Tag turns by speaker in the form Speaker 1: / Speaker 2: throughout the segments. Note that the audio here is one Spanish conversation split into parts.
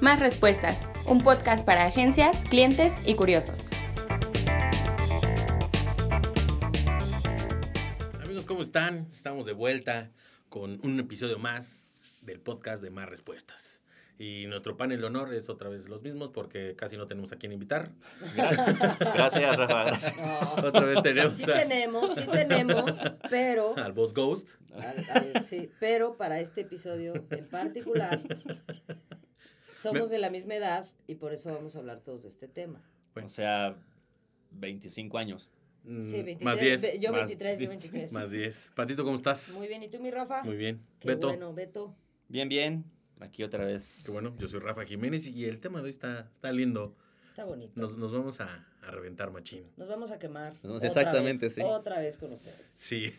Speaker 1: Más Respuestas, un podcast para agencias, clientes y curiosos.
Speaker 2: Amigos, ¿cómo están? Estamos de vuelta con un episodio más del podcast de Más Respuestas. Y nuestro panel de honor es otra vez los mismos porque casi no tenemos a quien invitar.
Speaker 3: Gracias, Rafa. gracias.
Speaker 2: otra vez tenemos
Speaker 4: Ah. Sí
Speaker 2: a-
Speaker 4: tenemos, sí tenemos, pero,
Speaker 2: al Boss Ghost.
Speaker 4: al- al- sí, pero para este episodio en particular, somos de la misma edad y por eso vamos a hablar todos de este tema.
Speaker 2: Bueno.
Speaker 3: O sea, 25 años.
Speaker 2: Mm,
Speaker 4: Sí, 23,
Speaker 2: más 10.
Speaker 4: ve- yo
Speaker 3: más
Speaker 4: 23, yo
Speaker 3: 10,
Speaker 4: 23.
Speaker 2: Más 10. Patito, ¿cómo estás?
Speaker 4: Muy bien, ¿y tú, mi Rafa?
Speaker 2: Muy bien.
Speaker 4: Qué
Speaker 2: Beto.
Speaker 4: bueno, Beto.
Speaker 3: Bien, bien. Aquí otra vez.
Speaker 2: Qué bueno. Yo soy Rafa Jiménez y el tema de hoy está, está lindo.
Speaker 4: Está bonito. Nos,
Speaker 2: Nos, nos vamos a, a reventar machín.
Speaker 4: vamos a quemar.
Speaker 3: vamos-
Speaker 4: otra
Speaker 3: exactamente,
Speaker 4: vez,
Speaker 3: sí.
Speaker 4: Otra vez con ustedes.
Speaker 2: Sí.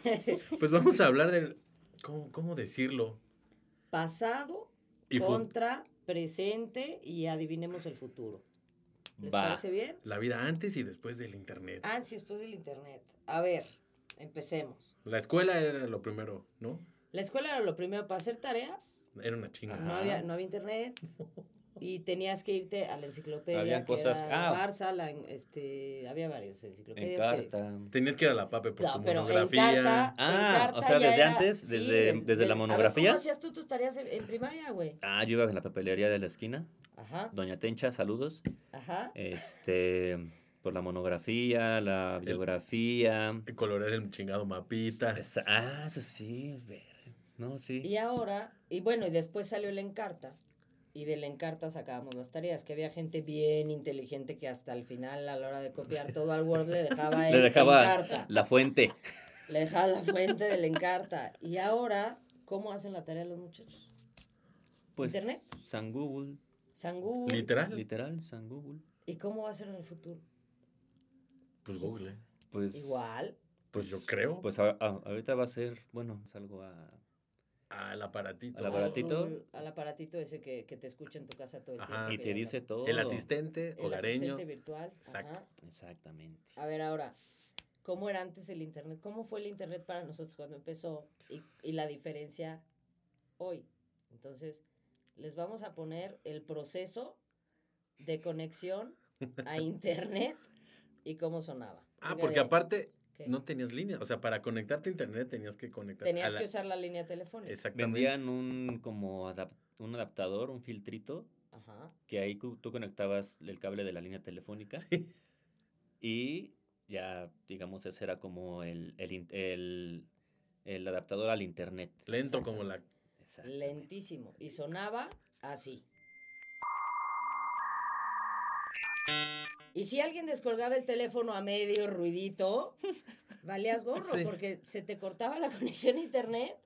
Speaker 2: pues vamos a hablar del... ¿Cómo, cómo decirlo?
Speaker 4: Pasado
Speaker 2: Y fu-
Speaker 4: contra presente y adivinemos el futuro. ¿Les
Speaker 3: Va.
Speaker 4: parece bien?
Speaker 2: la vida antes y después del internet.
Speaker 4: Antes y después del internet. A ver, empecemos.
Speaker 2: La escuela era lo primero, ¿no?
Speaker 4: La escuela era lo primero para hacer tareas.
Speaker 2: Era una chinga.
Speaker 4: No
Speaker 3: Ajá.
Speaker 4: había, no había internet. Y tenías que irte a la enciclopedia.
Speaker 3: Habían
Speaker 4: que
Speaker 3: cosas-
Speaker 4: era la
Speaker 3: ah.
Speaker 4: Barça, la en- este, había varias enciclopedias.
Speaker 3: En
Speaker 4: que-
Speaker 3: carta. pues,
Speaker 2: Tenías que ir a la pape por tu
Speaker 4: No, pero en
Speaker 2: monografía.
Speaker 4: carta. en
Speaker 3: Ah,
Speaker 4: carta
Speaker 3: o sea,
Speaker 4: ya
Speaker 3: desde
Speaker 4: era-
Speaker 3: antes,
Speaker 4: sí,
Speaker 3: desde,
Speaker 4: des-
Speaker 3: desde
Speaker 4: des-
Speaker 3: la
Speaker 4: a ver,
Speaker 3: monografía.
Speaker 4: ¿Cómo hacías tú tus tareas en, en primaria, güey?
Speaker 3: Ah, yo iba en la papelería de la esquina.
Speaker 4: Ajá,
Speaker 3: Doña Tencha, saludos.
Speaker 4: ajá.
Speaker 3: Este, por la monografía, la biografía.
Speaker 2: Y Colorear el chingado mapita.
Speaker 3: Esa- ah, eso sí, ver. No, sí.
Speaker 4: Y ahora, y bueno, y después salió el encarta. Y del encarta sacábamos las tareas, que había gente bien inteligente que hasta el final, a la hora de copiar todo al Word, le dejaba
Speaker 3: Le
Speaker 4: el
Speaker 3: dejaba
Speaker 4: encarta.
Speaker 3: la fuente.
Speaker 4: Le dejaba la fuente del encarta. Y ahora, ¿cómo hacen la tarea los muchachos?
Speaker 3: Pues,
Speaker 4: ¿Internet?
Speaker 3: San Google,
Speaker 4: San Google.
Speaker 2: Literal.
Speaker 3: literal, San Google.
Speaker 4: ¿Y cómo va a ser en el futuro?
Speaker 2: pues Google. ¿eh?
Speaker 3: Pues,
Speaker 4: Igual.
Speaker 2: Pues, yo creo.
Speaker 3: Pues a- a- ahorita va a ser, bueno, salgo a
Speaker 2: al aparatito.
Speaker 3: Al aparatito.
Speaker 4: Al, al aparatito ese que, que te escucha en tu casa todo el
Speaker 2: Ajá.
Speaker 4: tiempo.
Speaker 3: Y te dice todo.
Speaker 2: El asistente
Speaker 4: El
Speaker 2: hogareño.
Speaker 4: asistente virtual.
Speaker 2: Exacto.
Speaker 4: ajá.
Speaker 3: Exactamente.
Speaker 4: A ver, ahora, ¿cómo era antes el Internet? ¿Cómo fue el Internet para nosotros cuando empezó? Y, y la diferencia hoy. Entonces, les vamos a poner el proceso de conexión a Internet y cómo sonaba.
Speaker 2: Ah,
Speaker 4: Venga
Speaker 2: porque
Speaker 4: de ahí.
Speaker 2: aparte
Speaker 4: ¿Qué?
Speaker 2: no tenías línea. O sea, para conectarte a internet tenías que conectar. a
Speaker 4: Tenías
Speaker 2: la-
Speaker 4: que usar la línea telefónica.
Speaker 2: Exactamente.
Speaker 3: Vendían un como adap- un adaptador, un filtrito,
Speaker 4: Ajá.
Speaker 3: que ahí cu- tú conectabas el cable de la línea telefónica. Y ya, digamos, ese era como el, el, in- el- el adaptador al internet.
Speaker 2: Lento como la.
Speaker 3: Exacto.
Speaker 4: Lentísimo. Y sonaba así. Y si alguien descolgaba el teléfono a medio ruidito, valías gorro,
Speaker 2: Sí.
Speaker 4: porque se te cortaba la conexión a internet.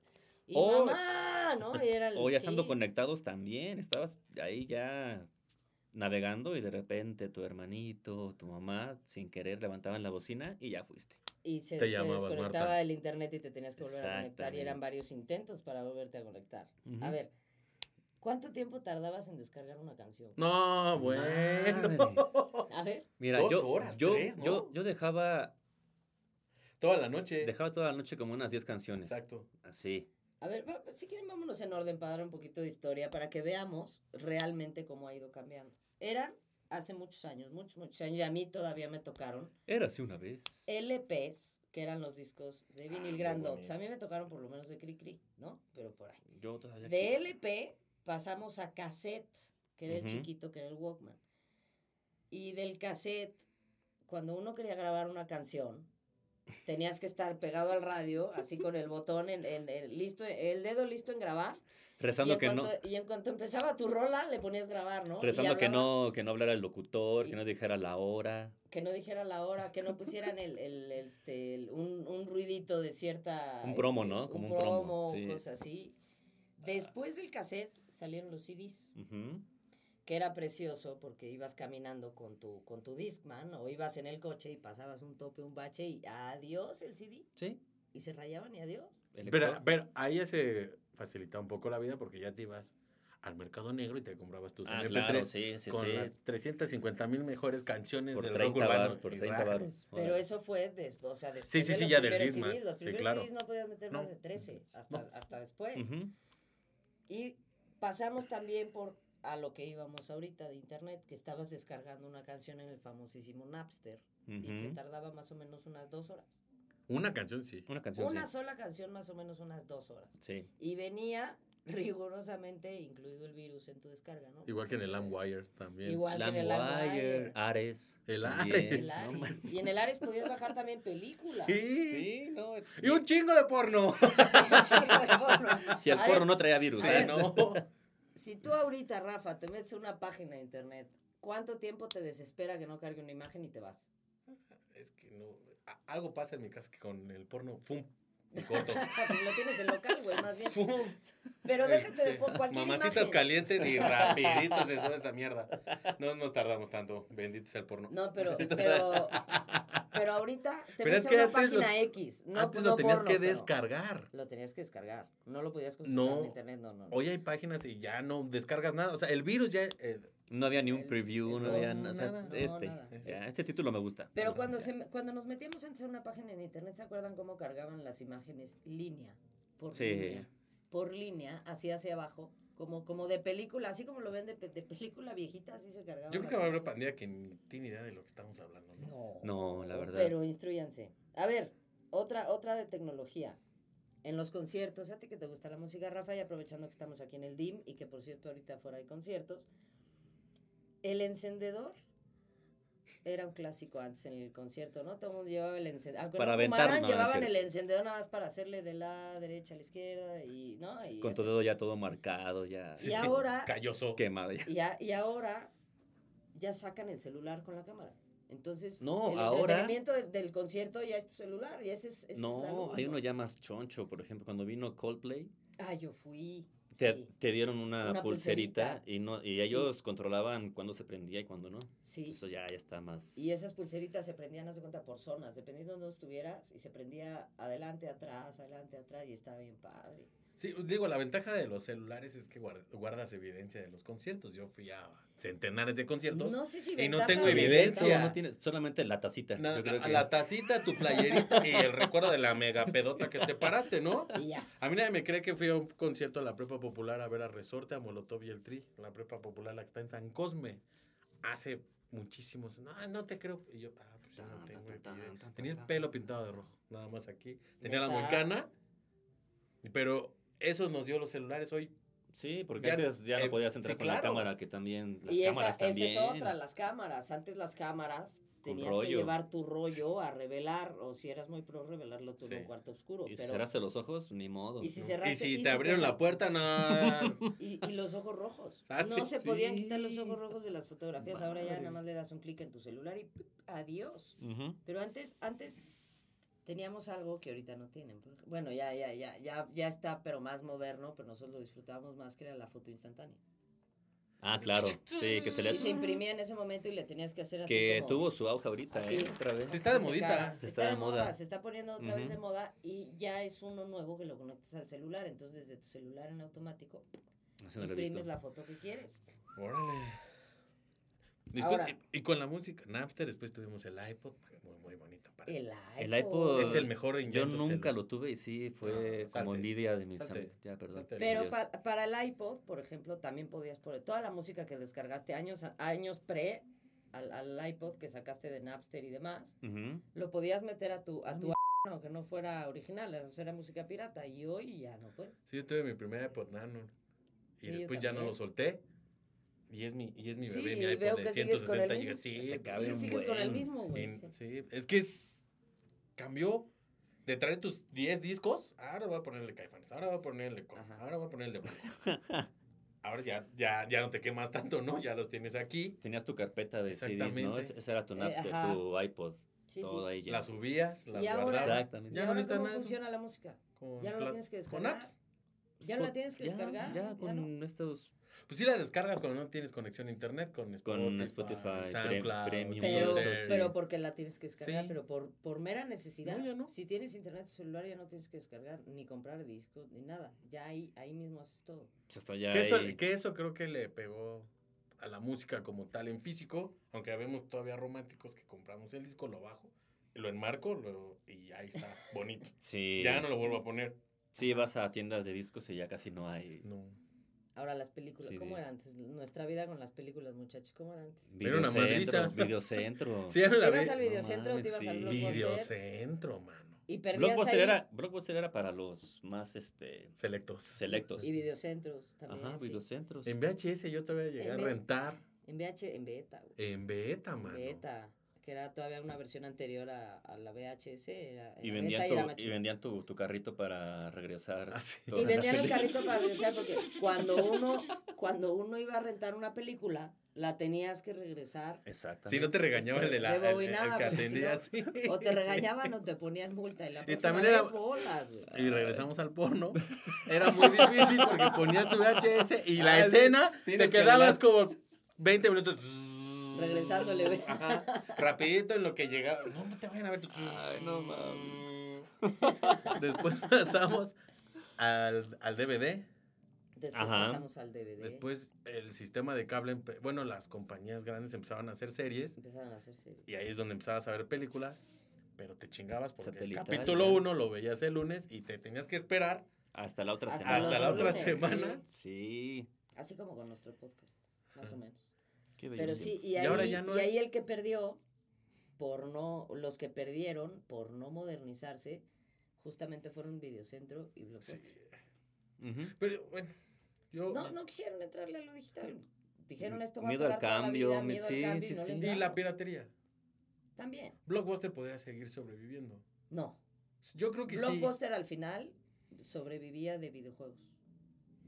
Speaker 4: Y
Speaker 3: O-
Speaker 4: mamá, ¿no? Y era el-
Speaker 3: O ya estando
Speaker 4: sí.
Speaker 3: conectados también, estabas ahí ya navegando y de repente tu hermanito, tu mamá, sin querer levantaban la bocina y ya fuiste.
Speaker 4: Y se
Speaker 2: Te
Speaker 4: te
Speaker 2: llamabas,
Speaker 4: desconectaba
Speaker 2: Marta.
Speaker 4: el internet y te tenías que volver a conectar. Y eran
Speaker 3: Exactamente.
Speaker 4: varios intentos para volverte a conectar.
Speaker 3: Ujú.
Speaker 4: A ver, ¿cuánto tiempo tardabas en descargar una canción?
Speaker 2: No, bueno.
Speaker 4: A ver,
Speaker 3: Mira,
Speaker 2: Dos
Speaker 3: yo,
Speaker 2: horas,
Speaker 3: yo,
Speaker 2: tres, ¿no?
Speaker 3: yo, yo dejaba,
Speaker 2: Toda la noche.
Speaker 3: dejaba toda la noche como unas 10 canciones.
Speaker 2: Exacto.
Speaker 3: Así.
Speaker 4: A ver, va- si quieren vámonos en orden para dar un poquito de historia, para que veamos realmente cómo ha ido cambiando. Eran hace muchos años, muchos, muchos años, y a mí todavía me tocaron
Speaker 3: Era así una vez.
Speaker 4: Eh, LPs, que eran los discos de
Speaker 3: Ah,
Speaker 4: vinil
Speaker 3: qué
Speaker 4: grandotes.
Speaker 3: bonito.
Speaker 4: A mí me tocaron por lo menos de Cri Cri, ¿no? Pero por ahí.
Speaker 3: Yo todavía.
Speaker 4: De LP pasamos a cassette, que era el
Speaker 3: Ujú.
Speaker 4: chiquito, que era el Walkman. Y del cassette, cuando uno quería grabar una canción, tenías que estar pegado al radio, así con el botón, en, en- en- listo, el dedo listo en grabar. Y
Speaker 3: Rezando
Speaker 4: en,
Speaker 3: que
Speaker 4: cuanto,
Speaker 3: no.
Speaker 4: y en cuanto empezaba tu rola, le ponías grabar, ¿no? Y
Speaker 3: Rezando que
Speaker 4: hablaba-
Speaker 3: no, que no hablara el locutor,
Speaker 4: Y-
Speaker 3: que no dijera la hora.
Speaker 4: Que no dijera la hora, que no pusieran el, el, este, el- un, un ruidito de cierta...
Speaker 3: Un promo,
Speaker 4: este,
Speaker 3: ¿no? Como un promo, sí.
Speaker 4: cosas así. Después del cassette salieron los CDs,
Speaker 3: Ujú.
Speaker 4: que era precioso porque ibas caminando con tu, con tu Discman o ibas en el coche y pasabas un tope, un bache y adiós el CD.
Speaker 3: Sí.
Speaker 4: Y se rayaban y adiós.
Speaker 3: el
Speaker 2: Pero,
Speaker 3: lector.
Speaker 2: pero ahí ya se facilitaba un poco la vida porque ya te ibas al mercado negro y te comprabas tus
Speaker 3: ah,
Speaker 2: MP3
Speaker 3: claro, sí, sí,
Speaker 2: pues, con
Speaker 3: sí.
Speaker 2: las 350 mil mejores canciones
Speaker 3: Por
Speaker 2: del
Speaker 3: 30
Speaker 2: rock urbano.
Speaker 3: varos, por
Speaker 2: y
Speaker 3: 30
Speaker 2: raja.
Speaker 3: varos.
Speaker 4: Pero
Speaker 3: Órale.
Speaker 4: eso fue, des- o sea, después
Speaker 2: Sí, sí,
Speaker 4: de
Speaker 2: sí,
Speaker 4: los
Speaker 2: ya del
Speaker 4: primeros
Speaker 2: Discman.
Speaker 4: CDs, los
Speaker 2: Sí,
Speaker 4: primeros
Speaker 2: claro.
Speaker 4: CDs no podías meter
Speaker 2: No.
Speaker 4: más de 13, hasta,
Speaker 2: No.
Speaker 4: hasta después.
Speaker 3: Ujú.
Speaker 4: Y pasamos también por a lo que íbamos ahorita de internet, que estabas descargando una canción en el famosísimo Napster y que
Speaker 3: Ujú.
Speaker 4: tardaba más o menos unas dos horas.
Speaker 2: Una canción, sí.
Speaker 3: Una canción.
Speaker 4: una
Speaker 3: sí.
Speaker 4: sola canción más o menos unas dos horas.
Speaker 3: Sí.
Speaker 4: Y venía rigurosamente incluido el virus en tu descarga, ¿no?
Speaker 2: Igual que en el LimeWire también.
Speaker 4: Igual que en el
Speaker 3: Lamwire,
Speaker 4: LimeWire.
Speaker 3: Ares.
Speaker 2: El Ares.
Speaker 3: también,
Speaker 4: El
Speaker 3: ¿no?
Speaker 4: Ares.
Speaker 3: Man-
Speaker 4: y en el Ares podías bajar también películas.
Speaker 2: Sí.
Speaker 3: Sí, no.
Speaker 2: Y un chingo de porno.
Speaker 3: Y el
Speaker 4: A
Speaker 3: porno
Speaker 4: ver,
Speaker 3: no traía virus.
Speaker 2: O
Speaker 4: O
Speaker 2: sea,
Speaker 4: sea,
Speaker 3: ¿eh?
Speaker 2: no.
Speaker 4: Si tú ahorita, Rafa, te metes a una página de internet, ¿cuánto tiempo te desespera que no cargue una imagen y te vas?
Speaker 2: Es que no. a- Algo pasa en mi casa que con el porno. ¡Fum! En corto.
Speaker 4: Lo tienes en local, güey, más bien.
Speaker 2: ¡Fum!
Speaker 4: Pero déjate de
Speaker 2: Este,
Speaker 4: por cualquier
Speaker 2: Mamacitas
Speaker 4: imagen.
Speaker 2: calientes y rapidito se sube esa mierda. No nos tardamos tanto. Bendito sea el porno.
Speaker 4: No, pero, pero, pero ahorita te
Speaker 2: Pero
Speaker 4: metes
Speaker 2: es que
Speaker 4: a una
Speaker 2: antes lo-
Speaker 4: página X. No, pues,
Speaker 2: Antes
Speaker 4: no
Speaker 2: lo tenías
Speaker 4: porno,
Speaker 2: que
Speaker 4: pero
Speaker 2: descargar.
Speaker 4: Lo tenías que descargar. No lo podías
Speaker 2: No.
Speaker 4: consultar en internet, no, no. no.
Speaker 2: Hoy hay páginas y ya no descargas nada. O sea, el virus ya. eh,
Speaker 3: No había ni un
Speaker 4: El-
Speaker 3: preview,
Speaker 4: el-
Speaker 3: no había
Speaker 2: no,
Speaker 3: o sea,
Speaker 2: nada. No,
Speaker 3: este.
Speaker 4: nada.
Speaker 3: ya, este título me gusta.
Speaker 4: Pero
Speaker 3: Ajá,
Speaker 4: cuando,
Speaker 3: ya.
Speaker 4: se, me- cuando nos metíamos antes a una página en internet, ¿se acuerdan cómo cargaban las imágenes línea? Por
Speaker 3: Sí.
Speaker 4: línea. Por línea, así hacia abajo, como, como de película, así como lo ven de, pe- de película viejita, así se cargaban.
Speaker 2: yo creo que
Speaker 4: las
Speaker 2: va a haber
Speaker 4: imágenes.
Speaker 2: pandilla que ni tiene idea de lo que estamos hablando. ¿no?
Speaker 4: No.
Speaker 3: No, la verdad.
Speaker 4: Pero instruyanse. A ver, otra, otra de tecnología. En los conciertos, a ti que te gusta la música, Rafa, y aprovechando que estamos aquí en el DIM y que por cierto ahorita fuera hay conciertos, el encendedor era un clásico antes en el concierto, ¿no? Todo el mundo llevaba el encendedor. Aunque
Speaker 3: Para
Speaker 4: no
Speaker 3: aventar,
Speaker 4: fumaran,
Speaker 3: no, no es
Speaker 4: llevaban el
Speaker 3: cierto.
Speaker 4: encendedor nada más para hacerle de la derecha a la izquierda y, ¿no? Y,
Speaker 3: Con
Speaker 4: así.
Speaker 3: tu dedo ya todo marcado, ya
Speaker 4: Y ahora-
Speaker 2: Calloso.
Speaker 3: quemado. ya.
Speaker 4: Y, a- y ahora ya sacan el celular con la cámara. Entonces,
Speaker 3: No,
Speaker 4: el
Speaker 3: ahora-
Speaker 4: entretenimiento del, del concierto ya es tu celular, ya ese es... ese es la
Speaker 3: No,
Speaker 4: luz,
Speaker 3: hay uno ya más choncho. Por ejemplo, cuando vino Coldplay,
Speaker 4: Ah, yo fui.
Speaker 3: te,
Speaker 4: Sí,
Speaker 3: te dieron una,
Speaker 4: Una
Speaker 3: pulserita,
Speaker 4: pulserita.
Speaker 3: y no y ellos controlaban cuándo se prendía y cuándo no.
Speaker 4: sí.
Speaker 3: Eso ya, ya está más.
Speaker 4: Y esas pulseritas se prendían, haz de cuenta, por zonas, dependiendo de dónde estuvieras, y se prendía adelante, atrás, adelante, atrás, y estaba bien padre.
Speaker 2: Sí, digo, la ventaja de los celulares es que guar- guardas evidencia de los conciertos. Yo fui a centenares de conciertos.
Speaker 4: No sé si
Speaker 2: Y no
Speaker 4: ventaja
Speaker 2: tengo
Speaker 4: o
Speaker 2: evidencia.
Speaker 4: desventaja.
Speaker 3: No, no tiene, solamente la tacita.
Speaker 2: Na-
Speaker 3: yo creo
Speaker 2: na-
Speaker 3: que-
Speaker 2: La tacita, tu playerita y el recuerdo de la mega pedota que te paraste, ¿no?
Speaker 4: Y ya.
Speaker 2: A mí nadie me cree que fui a un concierto a la prepa popular a ver a Resorte, a Molotov y el Tri. La prepa popular la que está en San Cosme. Hace muchísimos. No, no te creo. Y yo, ah, pues yo no
Speaker 3: Tan,
Speaker 2: tengo
Speaker 3: tan, tan,
Speaker 2: idea.
Speaker 3: tan,
Speaker 2: Tenía el
Speaker 3: tan,
Speaker 2: pelo
Speaker 3: tan.
Speaker 2: pintado de rojo, nada más aquí. Tenía la
Speaker 4: Neta.
Speaker 2: moicana. Pero eso nos dio los celulares hoy.
Speaker 3: Sí, porque
Speaker 2: Ya-
Speaker 3: antes ya
Speaker 2: eh,
Speaker 3: no podías entrar
Speaker 2: sí,
Speaker 3: con
Speaker 2: claro.
Speaker 3: la cámara, que también. Las
Speaker 4: y esa,
Speaker 3: cámaras
Speaker 4: esa
Speaker 3: también.
Speaker 4: es otra, las cámaras. Antes las cámaras tenías que
Speaker 3: rollo.
Speaker 4: llevar tu rollo a revelar, o si eras muy pro, revelarlo tú
Speaker 2: Sí.
Speaker 4: en un cuarto oscuro.
Speaker 3: Y si
Speaker 4: pero,
Speaker 3: cerraste los ojos, ni modo.
Speaker 4: Y si
Speaker 3: ¿no?
Speaker 4: cerra-
Speaker 2: Y
Speaker 4: Cerraste y
Speaker 2: si
Speaker 4: se
Speaker 2: te
Speaker 4: te
Speaker 2: abrieron
Speaker 4: sal-
Speaker 2: la puerta, no.
Speaker 4: Y, y los ojos rojos.
Speaker 2: Ah,
Speaker 4: no
Speaker 2: sí,
Speaker 4: se podían
Speaker 2: sí.
Speaker 4: quitar los ojos rojos de las fotografías. Ahora ya
Speaker 3: Madre.
Speaker 4: nada más le das un clic en tu celular y ¡pip! adiós.
Speaker 3: Ujú.
Speaker 4: Pero antes, antes teníamos algo que ahorita no tienen. por ej- Bueno, ya, ya, ya, ya, ya está, pero más moderno, pero nosotros lo disfrutábamos más que era la foto instantánea.
Speaker 3: Ah, claro. Sí, que se le
Speaker 4: Y se imprimía en ese momento y le tenías que hacer así.
Speaker 3: Que
Speaker 4: como-
Speaker 3: tuvo su auge ahorita,
Speaker 4: así.
Speaker 3: ¿eh? Otra vez.
Speaker 2: Sí, está de
Speaker 4: se
Speaker 2: modita.
Speaker 4: secara.
Speaker 3: Se está
Speaker 4: Se está,
Speaker 3: de
Speaker 4: de moda.
Speaker 3: moda.
Speaker 4: se está poniendo otra vez de
Speaker 3: Ujú.
Speaker 4: moda y ya es uno nuevo que lo conectas al celular. Entonces, desde tu celular en automático,
Speaker 3: Eso no lo he visto.
Speaker 4: imprimes la foto que quieres.
Speaker 2: Órale. Después-
Speaker 4: Ahora-
Speaker 2: y, y con la música, Napster, después tuvimos el iPod, muy, muy bonito para
Speaker 4: El
Speaker 3: El iPod.
Speaker 2: Es el mejor
Speaker 3: Yo
Speaker 2: invento.
Speaker 3: nunca
Speaker 4: pues,
Speaker 2: celos.
Speaker 3: lo tuve y sí fue
Speaker 2: No,
Speaker 3: como
Speaker 2: salte,
Speaker 3: envidia de mis
Speaker 2: salte,
Speaker 3: amigos. Ya, perdón.
Speaker 2: salte.
Speaker 4: Pero
Speaker 3: Dios.
Speaker 4: pa- para el iPod, por ejemplo, también podías poner toda la música que descargaste años, a- años pre al, al iPod que sacaste de Napster y demás,
Speaker 3: Ujú.
Speaker 4: lo podías meter a tu a tu a- aunque no fuera original, eso era música pirata y hoy ya no pues. puedes.
Speaker 2: Sí, yo tuve mi primera iPod Nano. Y
Speaker 4: Sí, yo
Speaker 2: después ya no
Speaker 4: también.
Speaker 2: lo solté. Y es mi, y es mi
Speaker 4: Sí,
Speaker 2: bebé, mi
Speaker 4: y
Speaker 2: iPod
Speaker 4: veo
Speaker 2: de
Speaker 4: que sigues con el
Speaker 2: 160 gigas.
Speaker 4: mismo.
Speaker 2: Sí,
Speaker 3: Te
Speaker 2: pues,
Speaker 3: cabe
Speaker 4: Sí,
Speaker 3: un
Speaker 4: sigues con el
Speaker 3: buen.
Speaker 4: mismo, güey.
Speaker 2: en-
Speaker 4: sí.
Speaker 2: sí, es que es- cambió de traer tus 10 discos. Ahora voy a ponerle Caifanes, ahora voy a ponerle Con,
Speaker 4: Ajá.
Speaker 2: ahora voy a ponerle Bronco. Ahora ya, ya, ya no te quemas tanto, ¿no? Ya los tienes aquí.
Speaker 3: Tenías tu carpeta de CDs, ¿no?
Speaker 2: Exactamente.
Speaker 3: Es- Ese era tu
Speaker 4: Eh,
Speaker 3: Napster,
Speaker 4: ajá.
Speaker 3: tu iPod,
Speaker 4: Sí, sí.
Speaker 3: todo ahí ya.
Speaker 2: Las subías, las
Speaker 4: Y ahora-
Speaker 2: guardabas.
Speaker 3: Exactamente.
Speaker 4: ¿Y
Speaker 2: Ya no
Speaker 4: ahora
Speaker 2: necesitas
Speaker 4: cómo
Speaker 2: nada de eso.
Speaker 4: funciona la música?
Speaker 2: con
Speaker 4: Ya no la
Speaker 2: pla-
Speaker 4: tienes que
Speaker 2: con
Speaker 4: descargar.
Speaker 2: apps.
Speaker 4: Ya la tienes que
Speaker 3: Ya,
Speaker 4: descargar.
Speaker 3: Ya,
Speaker 4: ya
Speaker 3: con
Speaker 4: no.
Speaker 3: estos.
Speaker 2: Pues sí la descargas cuando no tienes conexión a internet con Spotify,
Speaker 3: Con Spotify,
Speaker 2: SoundCloud,
Speaker 3: Pre- Premium,
Speaker 4: Pero,
Speaker 3: Entonces, sí.
Speaker 4: pero porque la tienes que descargar,
Speaker 2: Sí.
Speaker 4: pero por, por mera necesidad.
Speaker 2: No, ya no.
Speaker 4: Si tienes internet en tu celular ya no tienes que descargar ni comprar discos ni nada. Ya ahí, ahí mismo haces todo.
Speaker 3: pues, hasta ya
Speaker 2: que, eso,
Speaker 3: hay-
Speaker 2: que eso creo que le pegó a la música como tal en físico, aunque vemos todavía románticos que compramos el disco, lo bajo, lo enmarco lo- y ahí está, bonito.
Speaker 3: Sí.
Speaker 2: ya no lo vuelvo a poner.
Speaker 3: Sí, vas a tiendas de discos y ya casi no hay.
Speaker 2: No.
Speaker 4: Ahora las películas,
Speaker 3: Sí,
Speaker 4: ¿cómo
Speaker 3: dice.
Speaker 4: era antes? Nuestra vida con las películas, muchachos, ¿cómo era antes?
Speaker 2: Era una madriza.
Speaker 3: Videocentro.
Speaker 2: Sí, era la
Speaker 4: ¿Te ibas
Speaker 2: vi-
Speaker 4: al
Speaker 3: No
Speaker 4: videocentro o te
Speaker 3: mames,
Speaker 4: ibas al
Speaker 3: sí.
Speaker 4: blockbuster?
Speaker 2: videocentro, mano.
Speaker 4: Y perdías
Speaker 3: Blockbuster
Speaker 4: ahí.
Speaker 3: era, Blockbuster era para los más este,
Speaker 2: Selectos.
Speaker 3: selectos.
Speaker 4: Y videocentros también.
Speaker 3: Ajá,
Speaker 4: sí.
Speaker 3: videocentros.
Speaker 2: En VHS yo todavía llegué a
Speaker 4: En B-
Speaker 2: rentar
Speaker 4: En VH, en beta, güey.
Speaker 2: en beta, mano.
Speaker 4: Beta, que era todavía una versión anterior a, a la VHS. Era,
Speaker 3: Y
Speaker 4: era beta
Speaker 3: vendían,
Speaker 4: era
Speaker 3: tu,
Speaker 4: más
Speaker 3: y
Speaker 4: chida.
Speaker 3: vendían tu, tu carrito para regresar.
Speaker 2: Ah, sí.
Speaker 3: todas
Speaker 4: Y
Speaker 3: las
Speaker 4: vendían un
Speaker 3: películas.
Speaker 4: carrito para regresar porque cuando uno, cuando uno iba a rentar una película, la tenías que regresar.
Speaker 3: Exactamente.
Speaker 2: Si no te regañaba el de la el- el,
Speaker 4: Rebobinaba,
Speaker 2: que
Speaker 4: porque si
Speaker 2: atendía
Speaker 4: no-
Speaker 2: así.
Speaker 4: O te regañaban o te ponían multa. Y la próxima
Speaker 2: también era-
Speaker 4: vez bolas, güey.
Speaker 2: Y regresamos al porno. Era muy difícil porque ponías tu VHS y la
Speaker 3: Ah, sí.
Speaker 2: escena
Speaker 3: Tienes
Speaker 2: te
Speaker 3: que
Speaker 2: quedabas
Speaker 3: hablar.
Speaker 2: como 20 minutos.
Speaker 4: Regresándole, güey.
Speaker 2: Ajá, Rapidito en lo que llegaba. No no te vayan a ver. Ay,
Speaker 3: no
Speaker 2: mames. Después pasamos al, al DVD.
Speaker 4: Después
Speaker 3: Ajá.
Speaker 4: pasamos al DVD.
Speaker 2: Después el sistema de cable, empe- bueno, las compañías grandes empezaban a hacer series
Speaker 4: Empezaron a hacer series.
Speaker 2: y ahí es donde empezabas a ver películas, pero te chingabas porque
Speaker 3: Satelital,
Speaker 2: el capítulo
Speaker 3: ya.
Speaker 2: 1 lo veías el lunes y te tenías que esperar
Speaker 3: Hasta la otra
Speaker 4: Hasta
Speaker 3: semana.
Speaker 2: hasta la
Speaker 4: otro
Speaker 2: otra
Speaker 4: lunes,
Speaker 2: semana.
Speaker 3: Sí.
Speaker 4: Así como con nuestro podcast, más o menos.
Speaker 3: Qué
Speaker 4: Pero
Speaker 3: bellos
Speaker 4: sí,
Speaker 3: tiempos.
Speaker 4: y
Speaker 2: Y
Speaker 4: ahí,
Speaker 2: ahora ya no
Speaker 4: y
Speaker 2: hay-
Speaker 4: ahí el que perdió, por no, los que perdieron por no modernizarse, justamente fueron Videocentro y Blockbuster.
Speaker 3: Ujú.
Speaker 2: Pero bueno, yo.
Speaker 4: No, no quisieron entrarle a lo digital. Dijeron esto va
Speaker 3: Miedo
Speaker 4: a
Speaker 3: al
Speaker 4: durar toda la
Speaker 3: cambio,
Speaker 4: vida,
Speaker 3: mi-
Speaker 4: miedo al
Speaker 3: sí,
Speaker 4: cambio,
Speaker 3: sí,
Speaker 4: y no
Speaker 3: sí.
Speaker 4: le
Speaker 3: Y
Speaker 2: Y la
Speaker 4: entraron.
Speaker 2: piratería.
Speaker 4: También,
Speaker 2: Blockbuster podría seguir sobreviviendo.
Speaker 4: no.
Speaker 2: Yo creo que sí.
Speaker 4: Blockbuster al final sobrevivía de videojuegos.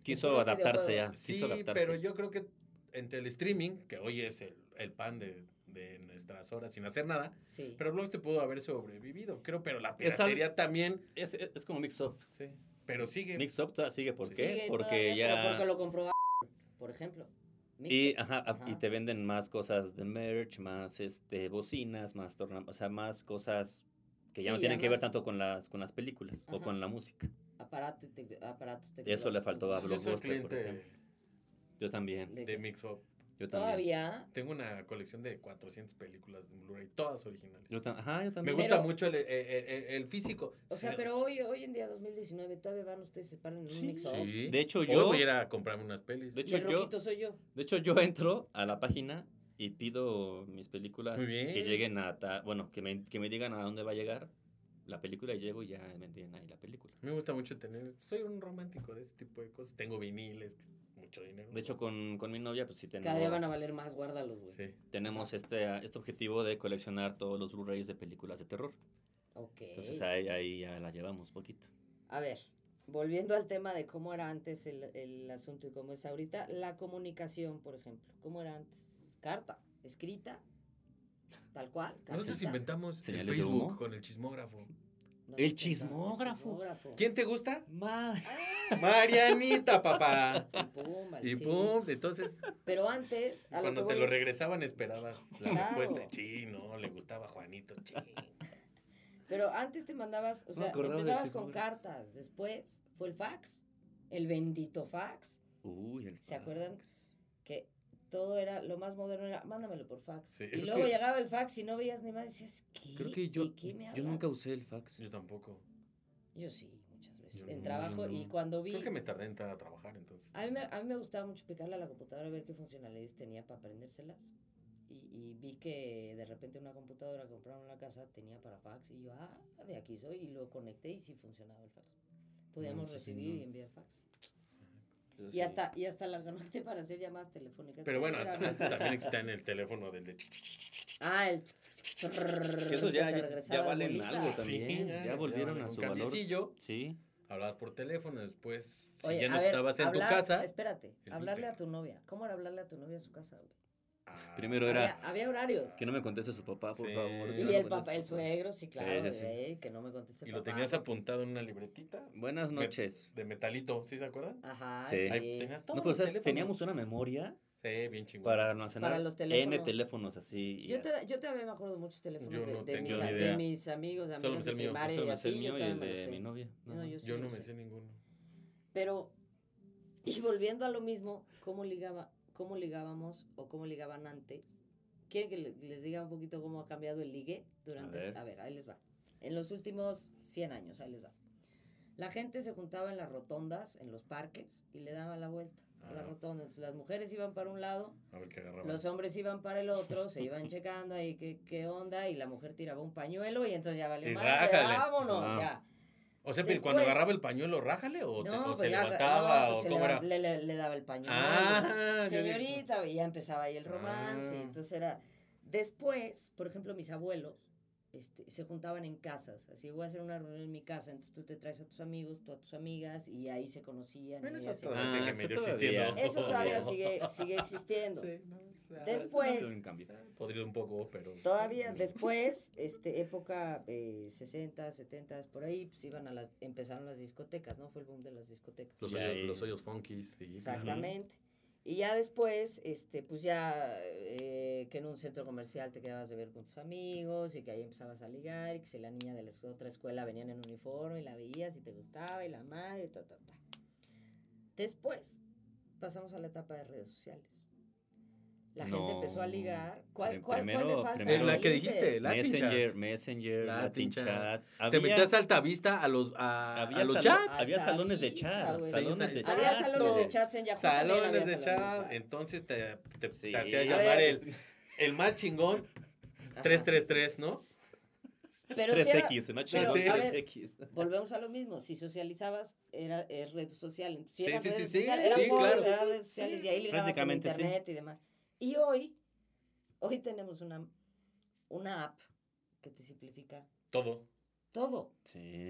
Speaker 3: Quiso
Speaker 4: puros
Speaker 3: adaptarse ya.
Speaker 4: videojuegos.
Speaker 2: Sí,
Speaker 3: quiso adaptarse.
Speaker 2: pero yo creo que entre el streaming, que hoy es el, el pan de, de nuestras horas sin hacer nada,
Speaker 4: Sí.
Speaker 2: pero Blockbuster pudo haber sobrevivido, creo, pero la
Speaker 3: Es al-
Speaker 2: piratería también.
Speaker 3: Es, es- es como Mix Up.
Speaker 2: Sí. Pero sigue.
Speaker 3: Mix Up todavía sigue. ¿Por
Speaker 2: Sí,
Speaker 3: qué?
Speaker 4: Sigue
Speaker 3: porque
Speaker 4: todavía, pero
Speaker 3: ya.
Speaker 4: porque lo compró a- por ejemplo.
Speaker 3: Y,
Speaker 4: Mixer.
Speaker 3: ajá, a- y
Speaker 4: Ajá.
Speaker 3: te venden más cosas de merch, más este, bocinas, más torna, o sea, más cosas que ya
Speaker 4: Sí,
Speaker 3: no tienen que ver
Speaker 4: además-
Speaker 3: tanto con las, con las películas o
Speaker 4: Ajá.
Speaker 3: con la música.
Speaker 4: Aparato y tec- aparatos
Speaker 3: Eso le faltó
Speaker 2: Yo
Speaker 3: a
Speaker 2: soy
Speaker 4: tecnológicos.
Speaker 3: Blockbuster, por
Speaker 2: cliente
Speaker 3: ejemplo. Yo también,
Speaker 4: De-
Speaker 2: de Mixup.
Speaker 3: yo también.
Speaker 4: Todavía,
Speaker 2: Tengo una colección de 400 películas de Blu-ray, todas originales.
Speaker 3: Yo tam- ajá, yo
Speaker 2: Me
Speaker 3: también.
Speaker 2: gusta
Speaker 4: Pero-
Speaker 2: mucho el, el- el- el físico.
Speaker 4: o sea,
Speaker 2: Sí.
Speaker 4: pero hoy, hoy en día 2019 todavía van ustedes se paran en un
Speaker 3: Sí.
Speaker 4: mix-up.
Speaker 2: Sí.
Speaker 3: De hecho,
Speaker 2: Hoy
Speaker 3: yo-
Speaker 2: voy a ir a comprarme unas pelis.
Speaker 3: De
Speaker 4: Y el
Speaker 3: hecho, yo-
Speaker 4: roquito soy yo.
Speaker 3: De hecho, yo entro a la página y pido mis películas
Speaker 2: Muy bien.
Speaker 3: que lleguen a, ta- bueno, que me, que me digan a dónde va a llegar la película y llego y ya me tienen ahí la película.
Speaker 2: Me gusta mucho tener. Soy un romántico de este tipo de cosas. Tengo viniles, mucho dinero.
Speaker 3: De hecho, con, con mi novia, pues sí
Speaker 4: Cada día van
Speaker 3: tenemos,
Speaker 4: a valer más, guárdalos, güey.
Speaker 2: sí.
Speaker 3: tenemos este, este objetivo de coleccionar todos los Blu-rays de películas de terror.
Speaker 4: Ok.
Speaker 3: Entonces ahí, ahí ya la llevamos poquito.
Speaker 4: A ver, volviendo al tema de cómo era antes el, el asunto y cómo es ahorita, la comunicación, por ejemplo, ¿cómo era antes? Carta, escrita, tal cual.
Speaker 2: Nosotros
Speaker 4: casita.
Speaker 2: inventamos el
Speaker 3: ¿Señales de humo?
Speaker 2: Facebook con el chismógrafo.
Speaker 4: Nos
Speaker 3: ¡El
Speaker 4: inventamos
Speaker 3: chismógrafo!
Speaker 4: chismógrafo.
Speaker 2: ¿Quién te gusta?
Speaker 3: Madre.
Speaker 2: Marianita, papá.
Speaker 4: Y pum, al
Speaker 2: Y
Speaker 4: sí.
Speaker 2: pum, entonces
Speaker 4: Pero antes, a lo que
Speaker 2: cuando te
Speaker 4: voy
Speaker 2: lo
Speaker 4: es-
Speaker 2: regresaban esperabas la
Speaker 4: Claro.
Speaker 2: respuesta. Sí, no, le gustaba Juanito. Sí.
Speaker 4: Pero antes te mandabas, o sea,
Speaker 3: acordaba del
Speaker 4: empezabas con
Speaker 3: chismógrafo.
Speaker 4: cartas, después fue el fax, el bendito fax,
Speaker 3: Uy, el
Speaker 4: ¿Se acuerdan?
Speaker 3: fax.
Speaker 4: que todo era, lo más moderno era, mándamelo por fax.
Speaker 2: Sí.
Speaker 4: y
Speaker 2: Creo
Speaker 4: luego
Speaker 3: que-
Speaker 4: llegaba el fax y no veías ni más, decías, ¿qué?
Speaker 3: Creo que yo,
Speaker 4: ¿De qué me
Speaker 3: yo
Speaker 4: hablan?
Speaker 3: nunca usé el fax.
Speaker 2: Yo tampoco.
Speaker 4: Yo sí, muchas veces.
Speaker 2: Yo
Speaker 4: en
Speaker 2: no,
Speaker 4: trabajo
Speaker 2: yo
Speaker 4: y
Speaker 2: no.
Speaker 4: cuando vi...
Speaker 2: Creo que me tardé en entrar a trabajar entonces.
Speaker 4: A mí, me, a mí me gustaba mucho picarle a la computadora a ver qué funcionalidades tenía para aprendérselas. Y, y vi que de repente una computadora compraron en la casa tenía para fax y yo, ah, de aquí soy. Y lo conecté y sí funcionaba el fax. Podíamos
Speaker 3: eso sí,
Speaker 4: recibir
Speaker 3: no.
Speaker 4: y enviar fax.
Speaker 3: Yo
Speaker 4: Y,
Speaker 3: sí.
Speaker 4: hasta, y hasta la conecté para hacer llamadas telefónicas.
Speaker 2: Pero bueno,
Speaker 4: Era
Speaker 2: antes
Speaker 4: fax.
Speaker 2: también está en el teléfono del de chi, chi, chi, chi, chi, chi.
Speaker 4: Ah, el...
Speaker 3: Esos ya,
Speaker 4: que se
Speaker 3: ya,
Speaker 4: regresaba la
Speaker 3: valen
Speaker 4: bolita.
Speaker 3: algo
Speaker 2: Sí,
Speaker 3: también.
Speaker 2: ya,
Speaker 3: ya,
Speaker 2: ya
Speaker 3: volvieron
Speaker 2: valen
Speaker 3: a
Speaker 2: un
Speaker 3: su valor.
Speaker 2: cambiecillo.
Speaker 3: Sí.
Speaker 2: Hablabas por teléfono, después, si
Speaker 4: Oye,
Speaker 2: ya no
Speaker 4: a ver,
Speaker 2: estabas en
Speaker 4: hablar-
Speaker 2: tu casa.
Speaker 4: Espérate,
Speaker 2: el
Speaker 4: hablarle
Speaker 2: Viper.
Speaker 4: a tu novia. ¿Cómo era hablarle a tu novia a su casa, güey?
Speaker 2: ah,
Speaker 3: Primero
Speaker 4: Había,
Speaker 3: era
Speaker 4: había horarios.
Speaker 3: que no me conteste su papá, por
Speaker 2: Sí.
Speaker 3: favor. que
Speaker 4: Y
Speaker 3: no me
Speaker 4: el
Speaker 3: conteste
Speaker 4: papá, el
Speaker 3: su papá.
Speaker 4: suegro, sí, claro,
Speaker 3: sí, sí.
Speaker 4: güey, que no me conteste
Speaker 2: Y
Speaker 4: papá.
Speaker 2: lo tenías apuntado en una libretita
Speaker 3: Buenas
Speaker 2: Me-
Speaker 3: noches.
Speaker 2: de metalito, ¿sí se acuerdan?
Speaker 4: Ajá,
Speaker 3: Sí.
Speaker 4: sí.
Speaker 2: Ahí tenías todos
Speaker 3: No, pero
Speaker 2: los
Speaker 3: ¿sabes?
Speaker 2: teléfonos.
Speaker 3: teníamos una memoria
Speaker 2: Sí, bien chingón.
Speaker 3: para almacenar
Speaker 4: Para los
Speaker 3: N
Speaker 4: teléfonos.
Speaker 3: teléfonos así. y
Speaker 4: Yo,
Speaker 3: hasta-
Speaker 4: te, yo todavía me acuerdo de muchos teléfonos
Speaker 2: Yo
Speaker 4: de,
Speaker 2: no
Speaker 4: de
Speaker 2: tengo
Speaker 4: mis,
Speaker 3: ni
Speaker 4: a- de
Speaker 3: idea.
Speaker 4: mis amigos,
Speaker 2: Solo me
Speaker 4: amigos
Speaker 2: sé
Speaker 4: de
Speaker 2: el mío.
Speaker 4: primaria
Speaker 3: solo
Speaker 4: y
Speaker 3: me sé
Speaker 4: así,
Speaker 3: el mío
Speaker 4: yo
Speaker 3: y
Speaker 4: todavía
Speaker 3: el
Speaker 4: me lo
Speaker 3: de
Speaker 4: sé.
Speaker 3: mi novia.
Speaker 4: No,
Speaker 3: nada
Speaker 4: yo
Speaker 3: más.
Speaker 4: sí
Speaker 2: Yo no
Speaker 4: lo
Speaker 2: me
Speaker 4: sé.
Speaker 2: sé ninguno.
Speaker 4: Pero, y volviendo a lo mismo, ¿cómo, ligaba, cómo ligábamos o cómo ligaban antes? ¿Quieren que le- les diga un poquito cómo ha cambiado el ligue durante...
Speaker 3: ver.
Speaker 4: A ver, ahí les va. En los últimos 100 años, ahí les va. La gente se juntaba en las rotondas, en los parques, y le daba la vuelta a la
Speaker 2: Ah.
Speaker 4: rotonda. Entonces las mujeres iban para un lado,
Speaker 2: A ver qué agarraba.
Speaker 4: los hombres iban para el otro, se iban checando ahí qué, qué onda, y la mujer tiraba un pañuelo, y entonces ya valió
Speaker 2: Y
Speaker 4: madre,
Speaker 2: rájale.
Speaker 4: vámonos,
Speaker 2: Ah.
Speaker 4: ya.
Speaker 2: O sea, pues, cuando
Speaker 4: después-
Speaker 2: agarraba el pañuelo, rájale o, te- o se
Speaker 4: ya,
Speaker 2: levantaba
Speaker 4: no, pues
Speaker 2: o
Speaker 4: se
Speaker 2: cómo
Speaker 4: leva-
Speaker 2: era.
Speaker 4: le, le- le daba el pañuelo.
Speaker 2: Ah, yo dije-
Speaker 4: Señorita, y ya empezaba ahí el romance.
Speaker 2: Ah.
Speaker 4: Entonces era. Después, por ejemplo, mis abuelos este, se juntaban en casas. Así voy a hacer una reunión en mi casa. Entonces tú te traes a tus amigos, tú a tus amigas, y ahí se conocían.
Speaker 2: Bueno,
Speaker 4: y
Speaker 2: eso
Speaker 4: ya se-
Speaker 2: todavía-
Speaker 4: Ah.
Speaker 2: dije,
Speaker 3: eso
Speaker 2: medio
Speaker 3: todavía.
Speaker 2: existiendo.
Speaker 4: Eso todavía
Speaker 2: No.
Speaker 4: sigue, sigue existiendo.
Speaker 2: ah,
Speaker 3: Eso no
Speaker 4: Después,
Speaker 3: tiene un cambio.
Speaker 2: Podrido un poco, pero.
Speaker 4: Todavía después, este, época eh, 60, 70, por ahí, pues iban a las, empezaron las discotecas, ¿no? Fue el boom de las discotecas.
Speaker 2: Los,
Speaker 3: Ya,
Speaker 2: hoyos,
Speaker 3: y-
Speaker 2: los hoyos funky, sí. claro.
Speaker 4: Exactamente. Y ya después, este, pues ya eh, que en un centro comercial te quedabas de ver con tus amigos y que ahí empezabas a ligar y que si la niña de la es- otra escuela venían en uniforme y la veías y te gustaba y la madre, ta, ta, ta. Después pasamos a la etapa de redes sociales. La gente
Speaker 3: No.
Speaker 4: empezó a ligar. ¿Cuál,
Speaker 3: El
Speaker 4: cuál, cuál
Speaker 3: primero-
Speaker 4: le falta?
Speaker 3: primero-
Speaker 2: En la que
Speaker 4: Inter.
Speaker 2: dijiste, la
Speaker 3: Messenger, Messenger,
Speaker 2: Latin
Speaker 3: Latin
Speaker 2: chat.
Speaker 3: Chat.
Speaker 2: Te
Speaker 3: Había-
Speaker 2: metías a altavista a los, a,
Speaker 3: había
Speaker 2: a los
Speaker 3: salo-
Speaker 2: chats.
Speaker 3: Había salones de
Speaker 4: Altavista,
Speaker 3: chat,
Speaker 4: güey.
Speaker 3: salones de
Speaker 2: Sí,
Speaker 3: chat.
Speaker 4: Había
Speaker 2: chats,
Speaker 4: salones de
Speaker 2: güey.
Speaker 4: chats en Yahoo. también
Speaker 2: Salones
Speaker 4: había
Speaker 2: de
Speaker 4: salones
Speaker 2: chat. Entonces te, te,
Speaker 3: Sí.
Speaker 2: te hacías
Speaker 4: A ver.
Speaker 2: llamar el, el más chingón
Speaker 4: Ajá.
Speaker 2: 333, ¿no?
Speaker 4: Pero sí era-
Speaker 3: 3X, no chingón,
Speaker 2: sí.
Speaker 3: 3X.
Speaker 4: Volvemos a lo mismo, si socializabas era es red social, entonces, si
Speaker 2: Sí,
Speaker 4: eran
Speaker 2: sí, sí,
Speaker 4: redes
Speaker 2: sí,
Speaker 4: sociales,
Speaker 2: sí,
Speaker 4: eran foros,
Speaker 2: claro.
Speaker 4: eran redes sociales y ahí ligabas en
Speaker 3: Prácticamente sí.
Speaker 4: internet y demás. Y hoy, hoy tenemos una, una app que te simplifica
Speaker 2: Todo.
Speaker 4: todo y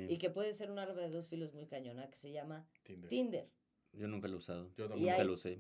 Speaker 3: Sí,
Speaker 4: que puede ser un arma de dos filos muy cañona que se llama
Speaker 2: Tinder.
Speaker 4: Tinder.
Speaker 3: yo nunca lo he usado.
Speaker 2: Yo
Speaker 4: Y
Speaker 2: tampoco.
Speaker 3: Nunca
Speaker 4: hay-
Speaker 3: lo usé.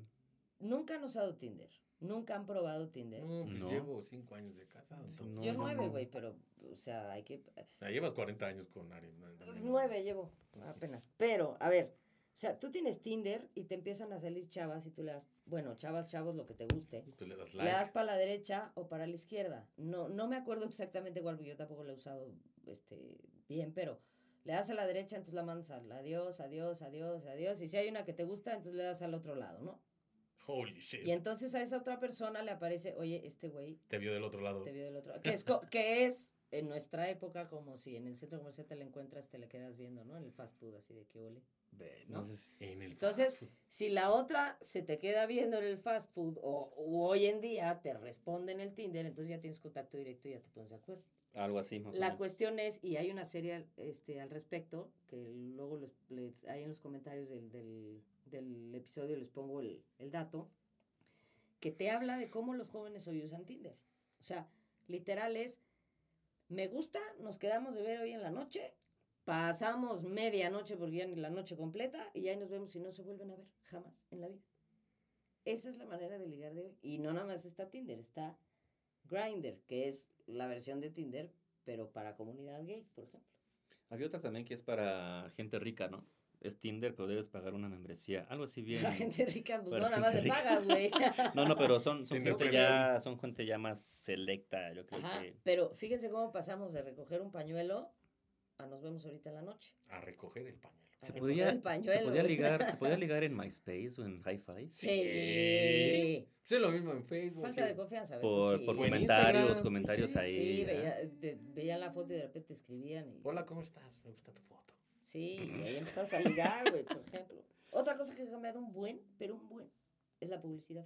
Speaker 4: Nunca han usado Tinder, nunca han probado Tinder.
Speaker 2: No, pues
Speaker 3: No.
Speaker 2: llevo 5 años de casado. entonces.
Speaker 3: no,
Speaker 4: Yo
Speaker 3: no,
Speaker 4: nueve,
Speaker 3: no.
Speaker 4: güey, pero, o sea, hay que...
Speaker 2: Ah, llevas 40 años con Ari. no, no, no.
Speaker 4: Nueve llevo, apenas. Pero, a ver, o sea, tú tienes Tinder y te empiezan a salir chavas y tú le das, bueno, chavas, chavos, lo que te guste.
Speaker 2: Tú Pues le das
Speaker 4: Le das
Speaker 2: like.
Speaker 4: para la derecha o para la izquierda. No, no me acuerdo exactamente cuál, porque yo tampoco lo he usado este, bien, pero le das a la derecha, entonces la mandas al adiós, adiós, adiós, adiós. Y si hay una que te gusta, entonces le das al otro lado, ¿no?
Speaker 2: Holy shit.
Speaker 4: Y entonces a esa otra persona le aparece, oye, este güey
Speaker 2: Te vio del otro lado.
Speaker 4: te vio del otro. Que es, co- que es en nuestra época como si en el centro comercial te la encuentras, te la quedas viendo, ¿no? En el fast food, así de que ole.
Speaker 3: Ve, No sé si-
Speaker 2: En el
Speaker 4: Entonces,
Speaker 2: fast food.
Speaker 4: si la otra se te queda viendo en el fast food o, o hoy en día te responde en el Tinder, entonces ya tienes contacto directo y ya te pones de acuerdo.
Speaker 3: Algo así, más o
Speaker 4: la
Speaker 3: menos.
Speaker 4: cuestión es, y hay una serie al, este, al respecto, que luego los, les- ahí en los comentarios del, del- del episodio les pongo el, el dato, que te habla de cómo los jóvenes hoy usan Tinder. O sea, literal es, me gusta, nos quedamos de ver hoy en la noche, pasamos medianoche porque ya ni la noche completa y ahí nos vemos y no se vuelven a ver jamás en la vida. Esa es la manera de ligar de hoy. Y no nada más está Tinder, está Grinder, que es la versión de Tinder, pero para comunidad gay, por ejemplo.
Speaker 3: Había otra también que es para gente rica, ¿no? Es Tinder, pero debes pagar una membresía. Algo así bien.
Speaker 4: La gente rica, pues
Speaker 3: Para
Speaker 4: no, nada más
Speaker 3: gente
Speaker 4: le
Speaker 3: rica.
Speaker 4: pagas, güey.
Speaker 3: No, no, pero son, son
Speaker 2: Tinder
Speaker 3: gente
Speaker 2: Premium.
Speaker 3: ya, son gente ya más selecta, yo creo
Speaker 4: Ajá,
Speaker 3: que.
Speaker 4: pero fíjense cómo pasamos de recoger un pañuelo a nos vemos ahorita en la noche.
Speaker 2: A recoger el pañuelo.
Speaker 4: a
Speaker 3: Se
Speaker 4: recoger
Speaker 3: podía,
Speaker 4: pues, el pañuelo, pues
Speaker 3: se podía
Speaker 4: güey.
Speaker 3: ligar, se podía ligar en MySpace o en Hi-Fi.
Speaker 4: Sí.
Speaker 2: Pues es lo mismo en Facebook.
Speaker 4: Falta
Speaker 2: sí.
Speaker 4: de confianza, güey,
Speaker 3: Por,
Speaker 4: sí.
Speaker 3: por
Speaker 2: O en
Speaker 3: comentarios,
Speaker 2: Instagram.
Speaker 3: comentarios
Speaker 2: Sí,
Speaker 3: ahí.
Speaker 4: Sí,
Speaker 3: ¿verdad?
Speaker 4: veía- te- veían la foto y de repente te escribían. Y,
Speaker 2: Hola, ¿cómo estás? Me gusta tu foto.
Speaker 4: Sí, y ahí empezabas a ligar, güey, por ejemplo. Otra cosa que ha cambiado un buen, pero un buen, es la publicidad.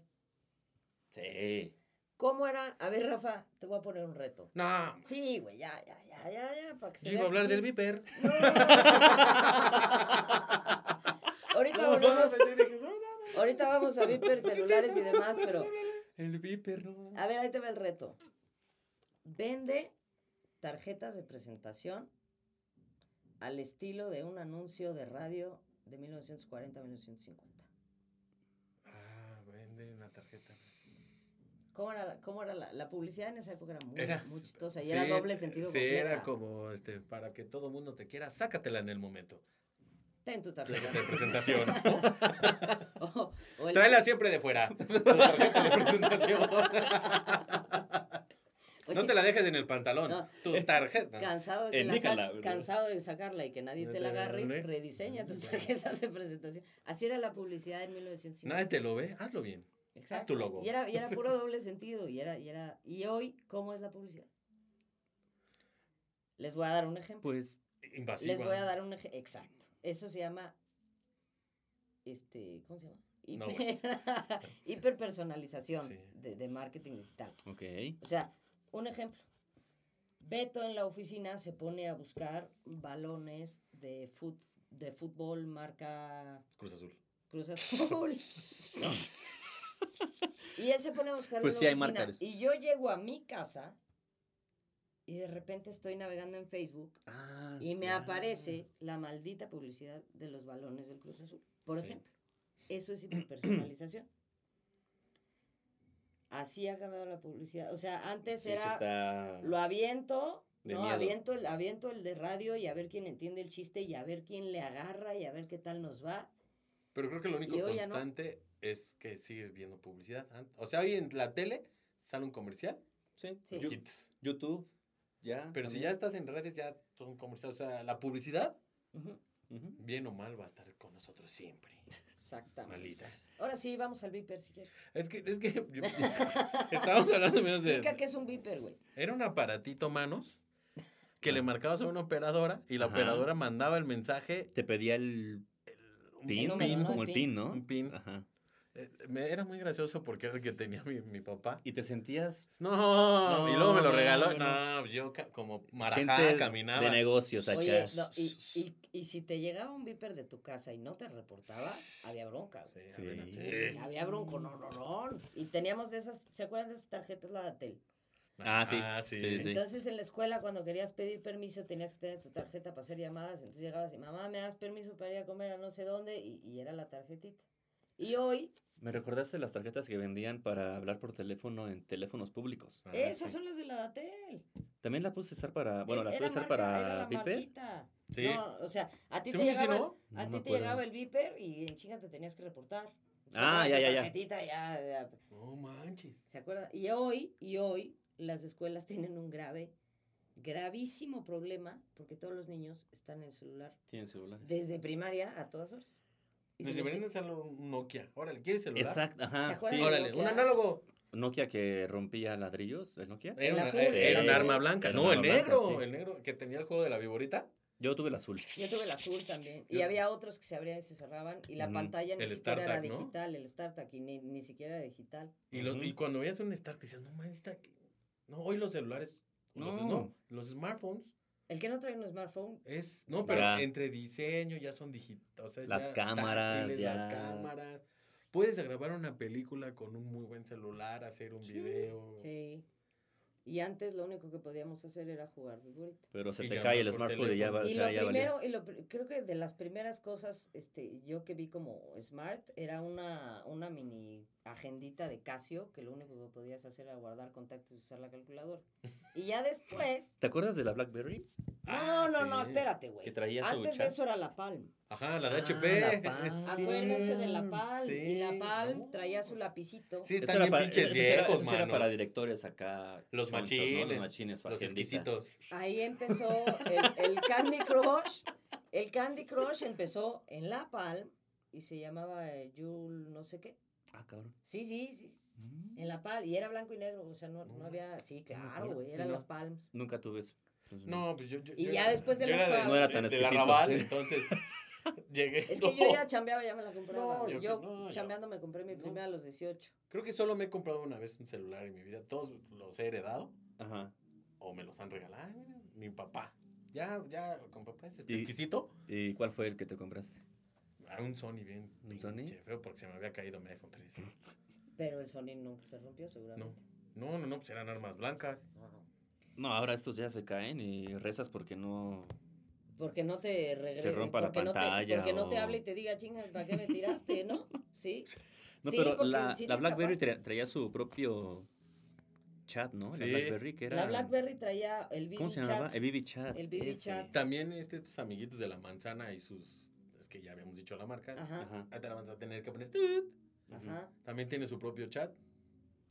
Speaker 3: Sí.
Speaker 4: ¿Cómo era? A ver, Rafa, te voy a poner un reto.
Speaker 2: No.
Speaker 4: Sí, güey, ya, ya, ya, ya, ya, para que se
Speaker 2: Yo iba a
Speaker 4: vea
Speaker 2: hablar
Speaker 4: que sí.
Speaker 2: del viper.
Speaker 4: No, no, no. ahorita, volvemos, ahorita vamos a viper celulares y demás, pero
Speaker 3: El Viper, no.
Speaker 4: a ver, ahí te va el reto. Vende tarjetas de presentación al estilo de un anuncio de radio de 1940-1950.
Speaker 2: Ah, vende una tarjeta.
Speaker 4: ¿Cómo era, la, cómo era la, la publicidad en esa época? Era muy,
Speaker 2: Era-
Speaker 4: muy chistosa y
Speaker 2: sí, eh,
Speaker 4: era doble sentido
Speaker 2: Sí,
Speaker 4: completa.
Speaker 2: era como, este, para que todo mundo te quiera, sácatela en el momento.
Speaker 4: Ten tu
Speaker 2: La
Speaker 4: tarjeta.
Speaker 2: tarjeta de presentación. ¿no?
Speaker 4: O- o el-
Speaker 2: Tráela siempre de fuera. La tarjeta de presentación.
Speaker 4: oye,
Speaker 2: No te la dejes en el pantalón.
Speaker 4: No.
Speaker 2: Tu tarjeta.
Speaker 4: Cansado de, que la
Speaker 3: Elíjala,
Speaker 4: sac-
Speaker 3: ¿verdad?
Speaker 4: cansado de sacarla y que nadie
Speaker 2: No te
Speaker 4: te la
Speaker 2: la
Speaker 4: agarre,
Speaker 2: agarre.
Speaker 4: rediseña tus
Speaker 2: Ujú.
Speaker 4: tarjetas de presentación. Así era la publicidad en 1950.
Speaker 2: Nadie te lo ve. Hazlo bien.
Speaker 4: Exacto.
Speaker 2: haz tu logo.
Speaker 4: Y era, y era puro doble sentido. Y, era, y, era, y hoy, ¿cómo es la publicidad? Les voy a dar un ejemplo.
Speaker 3: Pues
Speaker 2: Invasiva.
Speaker 4: Les voy a dar un ejemplo. Exacto. Eso se llama, este, ¿cómo se llama?
Speaker 2: No,
Speaker 4: Hiper- Hiperpersonalización
Speaker 2: Sí.
Speaker 4: de, de marketing digital.
Speaker 3: Ok.
Speaker 4: O sea, un ejemplo. Beto en la oficina se pone a buscar balones de, fut- de fútbol marca
Speaker 2: Cruz Azul.
Speaker 4: Cruz Azul. y él se pone a buscar
Speaker 3: Pues
Speaker 4: en
Speaker 3: sí,
Speaker 4: la
Speaker 3: hay
Speaker 4: oficina.
Speaker 3: marcadores.
Speaker 4: Y yo llego a mi casa y de repente estoy navegando en Facebook
Speaker 3: Ah,
Speaker 4: y me
Speaker 3: sí.
Speaker 4: aparece la maldita publicidad de los balones del Cruz Azul. Por
Speaker 2: Sí.
Speaker 4: ejemplo, eso es hiperpersonalización. Así ha cambiado la publicidad. O sea, antes
Speaker 3: Sí, sí
Speaker 4: era
Speaker 3: está-
Speaker 4: lo aviento,
Speaker 2: De
Speaker 4: ¿no?
Speaker 2: miedo.
Speaker 4: Aviento el, aviento el de radio y a ver quién entiende el chiste y a ver quién le agarra y a ver qué tal nos va.
Speaker 2: Pero creo que lo único
Speaker 4: Y hoy ya no.
Speaker 2: constante es que sigues viendo publicidad. An- O sea, hoy en la tele sale un comercial,
Speaker 3: Sí.
Speaker 4: Sí.
Speaker 3: Yo-
Speaker 2: quitas.
Speaker 3: YouTube. Ya.
Speaker 2: Pero si ya estás en redes, ya son comerciales. O sea, la publicidad,
Speaker 4: Ujú,
Speaker 3: Ujú.
Speaker 2: bien o mal, va a estar con nosotros siempre.
Speaker 4: Exactamente.
Speaker 2: Malita.
Speaker 4: Ahora sí, vamos al viper si quieres.
Speaker 2: Es que, es que yo- estábamos hablando menos de.
Speaker 4: Explica que es un viper, güey.
Speaker 2: Era un aparatito manos que le marcabas a una operadora y la
Speaker 3: Ajá.
Speaker 2: operadora mandaba el mensaje.
Speaker 3: Te pedía el
Speaker 2: un
Speaker 3: pin,
Speaker 4: número, ¿no?
Speaker 3: como
Speaker 4: El
Speaker 3: el pin,
Speaker 4: pin.
Speaker 3: ¿no? Ah.
Speaker 2: Un pin.
Speaker 3: Ajá.
Speaker 2: Eh, me- Era muy gracioso porque era el que tenía mi, mi papá.
Speaker 3: Y te sentías
Speaker 2: No,
Speaker 3: No,
Speaker 2: y luego me lo
Speaker 3: no,
Speaker 2: regaló.
Speaker 3: no.
Speaker 2: No, pues yo ca- como
Speaker 3: gente
Speaker 2: marajá caminaba.
Speaker 3: de negocios pues, acá.
Speaker 4: Oye, no, y, y, y si te llegaba un viper de tu casa y no te reportaba, había bronca, güey.
Speaker 2: Sí,
Speaker 3: Sí.
Speaker 2: bueno,
Speaker 3: Sí.
Speaker 2: sí.
Speaker 4: Había bronco, no, no, no. Y teníamos de esas, ¿se acuerdan de esas tarjetas la de Atel?
Speaker 3: Ah, sí. Sí, sí.
Speaker 4: Entonces en la escuela cuando querías pedir permiso tenías que tener tu tarjeta para hacer llamadas, entonces llegabas y mamá, ¿me das permiso para ir a comer a no sé dónde? Y, y era la tarjetita. Y hoy,
Speaker 3: Me recordaste las tarjetas que vendían para hablar por teléfono en teléfonos públicos.
Speaker 2: Ah,
Speaker 4: esas
Speaker 2: sí.
Speaker 4: son las de la Datel.
Speaker 3: También la puse a usar para. Ah, Bueno, la
Speaker 4: Eh, Era
Speaker 3: puse a usar
Speaker 4: marca, era
Speaker 3: para
Speaker 4: la
Speaker 3: Piper.
Speaker 4: marquita.
Speaker 2: Sí.
Speaker 4: No, o sea, a ti te
Speaker 2: Según yo sí,
Speaker 4: llegaba,
Speaker 2: ¿no?
Speaker 4: a
Speaker 3: No me
Speaker 4: ti te
Speaker 3: acuerdo.
Speaker 4: llegaba el viper y en chinga te tenías que reportar.
Speaker 3: Ah,
Speaker 4: Sacabas
Speaker 3: ya,
Speaker 4: tu
Speaker 3: ya, ya.
Speaker 4: tarjetita, ya, ya,
Speaker 2: No manches.
Speaker 4: ¿Se acuerdan? Y hoy, y hoy, las escuelas tienen un grave, gravísimo problema porque todos los niños están en el celular
Speaker 3: Tienen celular.
Speaker 4: desde primaria a todas horas. Y se
Speaker 2: Les
Speaker 4: los
Speaker 2: deberían de hacer un Nokia. Órale, ¿quieres celular?
Speaker 3: Exacto,
Speaker 4: ¿Se
Speaker 3: ajá.
Speaker 4: acuerdan
Speaker 3: sí.
Speaker 4: del
Speaker 2: Órale, un
Speaker 4: Nokia?
Speaker 2: análogo.
Speaker 3: Nokia que rompía ladrillos, el Nokia.
Speaker 2: Era, una-
Speaker 4: azul.
Speaker 2: era- era
Speaker 4: Sí.
Speaker 2: un arma blanca.
Speaker 3: Era
Speaker 2: No,
Speaker 3: un
Speaker 2: el
Speaker 3: arma blanca,
Speaker 2: negro.
Speaker 3: sí.
Speaker 2: El negro que tenía el juego de la viborita.
Speaker 3: Yo tuve el azul.
Speaker 4: Yo tuve el azul también. Y
Speaker 2: Yo-
Speaker 4: había otros que se abrían y se cerraban. Y la
Speaker 3: Ujú.
Speaker 4: pantalla ni
Speaker 2: El
Speaker 4: siquiera era
Speaker 2: StarTAC, ¿no?
Speaker 4: digital, el StarTAC, y ni, ni siquiera era digital.
Speaker 2: Y, lo-
Speaker 3: Ujú.
Speaker 2: y cuando veías un Stark, decías, no man, está aquí". No, hoy los celulares. No. Los,
Speaker 3: No.
Speaker 2: no, los smartphones
Speaker 4: El que no trae un smartphone,
Speaker 2: es. No, pero
Speaker 3: Ya.
Speaker 2: entre diseño ya son digitales. O sea,
Speaker 3: Las
Speaker 2: ya
Speaker 3: cámaras,
Speaker 2: táctiles, Las
Speaker 3: ya.
Speaker 2: cámaras. Puedes grabar una película con un muy buen celular, hacer un video.
Speaker 4: sí. Y antes lo único que podíamos hacer era jugar viborita.
Speaker 3: Pero se
Speaker 2: Y
Speaker 3: te
Speaker 2: llamar
Speaker 3: cae el
Speaker 2: por
Speaker 3: smartphone y ya, va-
Speaker 2: teléfono.
Speaker 3: o
Speaker 4: Y
Speaker 3: sea,
Speaker 4: lo
Speaker 3: ya valía.
Speaker 4: primero, y lo, pr- creo que de las primeras cosas este, yo que vi como smart era una, una mini agendita de Casio que lo único que podías hacer era guardar contactos y usar la calculadora. Y ya después.
Speaker 3: ¿Te acuerdas de la Blackberry?
Speaker 2: Ah,
Speaker 4: no, no,
Speaker 2: sí.
Speaker 4: no, espérate, güey.
Speaker 3: Que traía su
Speaker 4: Antes de
Speaker 3: chat.
Speaker 4: eso era la Palm.
Speaker 2: Ajá, la de
Speaker 3: Ah,
Speaker 2: HP.
Speaker 3: la Palm.
Speaker 2: Sí.
Speaker 4: Acuérdense de la Palm. Y la
Speaker 2: Sí.
Speaker 4: Palm
Speaker 2: No.
Speaker 4: traía su lapicito.
Speaker 2: Sí,
Speaker 3: Eso
Speaker 2: están
Speaker 3: era
Speaker 2: bien
Speaker 3: para,
Speaker 2: pinches
Speaker 3: eso era-
Speaker 2: viejos,
Speaker 3: eso era para
Speaker 2: manos.
Speaker 3: directores acá.
Speaker 2: Los
Speaker 3: chonchos, ¿no?
Speaker 2: machines.
Speaker 3: Los machines, su
Speaker 2: Los
Speaker 3: agendita.
Speaker 2: exquisitos.
Speaker 4: Ahí empezó el, el Candy Crush. El Candy Crush empezó en la Palm y se llamaba eh, Yul no sé qué.
Speaker 3: Ah, cabrón.
Speaker 4: Sí, sí, sí. sí,
Speaker 2: Mm.
Speaker 4: En la Palm. Y era blanco y negro. O sea, no, no había. Sí, claro,
Speaker 3: acuerdo.
Speaker 4: güey.
Speaker 3: Sí,
Speaker 4: Eran
Speaker 3: no.
Speaker 4: las Palms.
Speaker 3: Nunca tuve eso. Entonces,
Speaker 2: No, pues yo. yo-
Speaker 4: Y
Speaker 2: yo
Speaker 4: ya
Speaker 2: era-
Speaker 4: después de
Speaker 2: yo
Speaker 4: los
Speaker 2: de-
Speaker 4: No era
Speaker 2: de-
Speaker 3: Mm. tan
Speaker 2: del
Speaker 3: exquisito.
Speaker 2: arrabal, entonces llegué.
Speaker 4: Es que
Speaker 2: no.
Speaker 4: yo ya chambeaba, ya me la compraba.
Speaker 2: No,
Speaker 4: güey.
Speaker 2: yo que-
Speaker 4: yo
Speaker 2: no, yo-
Speaker 4: chambeando me compré mi
Speaker 2: no.
Speaker 4: primera a los 18.
Speaker 2: Creo que solo me he comprado una vez un celular en mi vida. Todos los he heredado
Speaker 3: Ajá.
Speaker 2: o me los han regalado. Ay, mira, mi papá. Ya, ya, con papá es este
Speaker 3: Y-
Speaker 2: exquisito.
Speaker 3: ¿Y cuál fue el que te compraste?
Speaker 2: A un Sony bien.
Speaker 3: ¿Un
Speaker 2: pinche
Speaker 3: Sony?
Speaker 2: Feo porque se me había caído mi iPhone 3.
Speaker 4: Ah, Pero el Sony nunca se rompió,
Speaker 2: No.
Speaker 4: seguramente.
Speaker 2: No, no, no, pues eran armas blancas.
Speaker 4: Ajá.
Speaker 3: No, ahora estos ya se caen y rezas porque no.
Speaker 4: Porque no te regrese.
Speaker 3: Se rompa la
Speaker 4: porque no te-
Speaker 3: pantalla
Speaker 4: porque no te
Speaker 3: o-
Speaker 4: hable y te diga, chingas, ¿para qué me tiraste, no? Sí.
Speaker 3: No,
Speaker 4: Sí,
Speaker 3: pero
Speaker 4: porque
Speaker 3: la,
Speaker 4: sí
Speaker 3: la
Speaker 4: eres
Speaker 3: BlackBerry
Speaker 4: capaz.
Speaker 3: tra- traía su propio chat, ¿no? La
Speaker 2: Sí.
Speaker 3: BlackBerry que era.
Speaker 4: La BlackBerry traía el BB
Speaker 3: ¿Cómo se llamaba?
Speaker 4: Chat.
Speaker 3: El BB Chat.
Speaker 4: El BB
Speaker 3: ese.
Speaker 4: Chat.
Speaker 2: También este, estos amiguitos de la manzana y sus. Es que ya habíamos dicho la marca.
Speaker 4: Ajá, ajá.
Speaker 3: Ajá.
Speaker 2: Ahorita la vas a tener que poner. tut. También tiene su propio chat.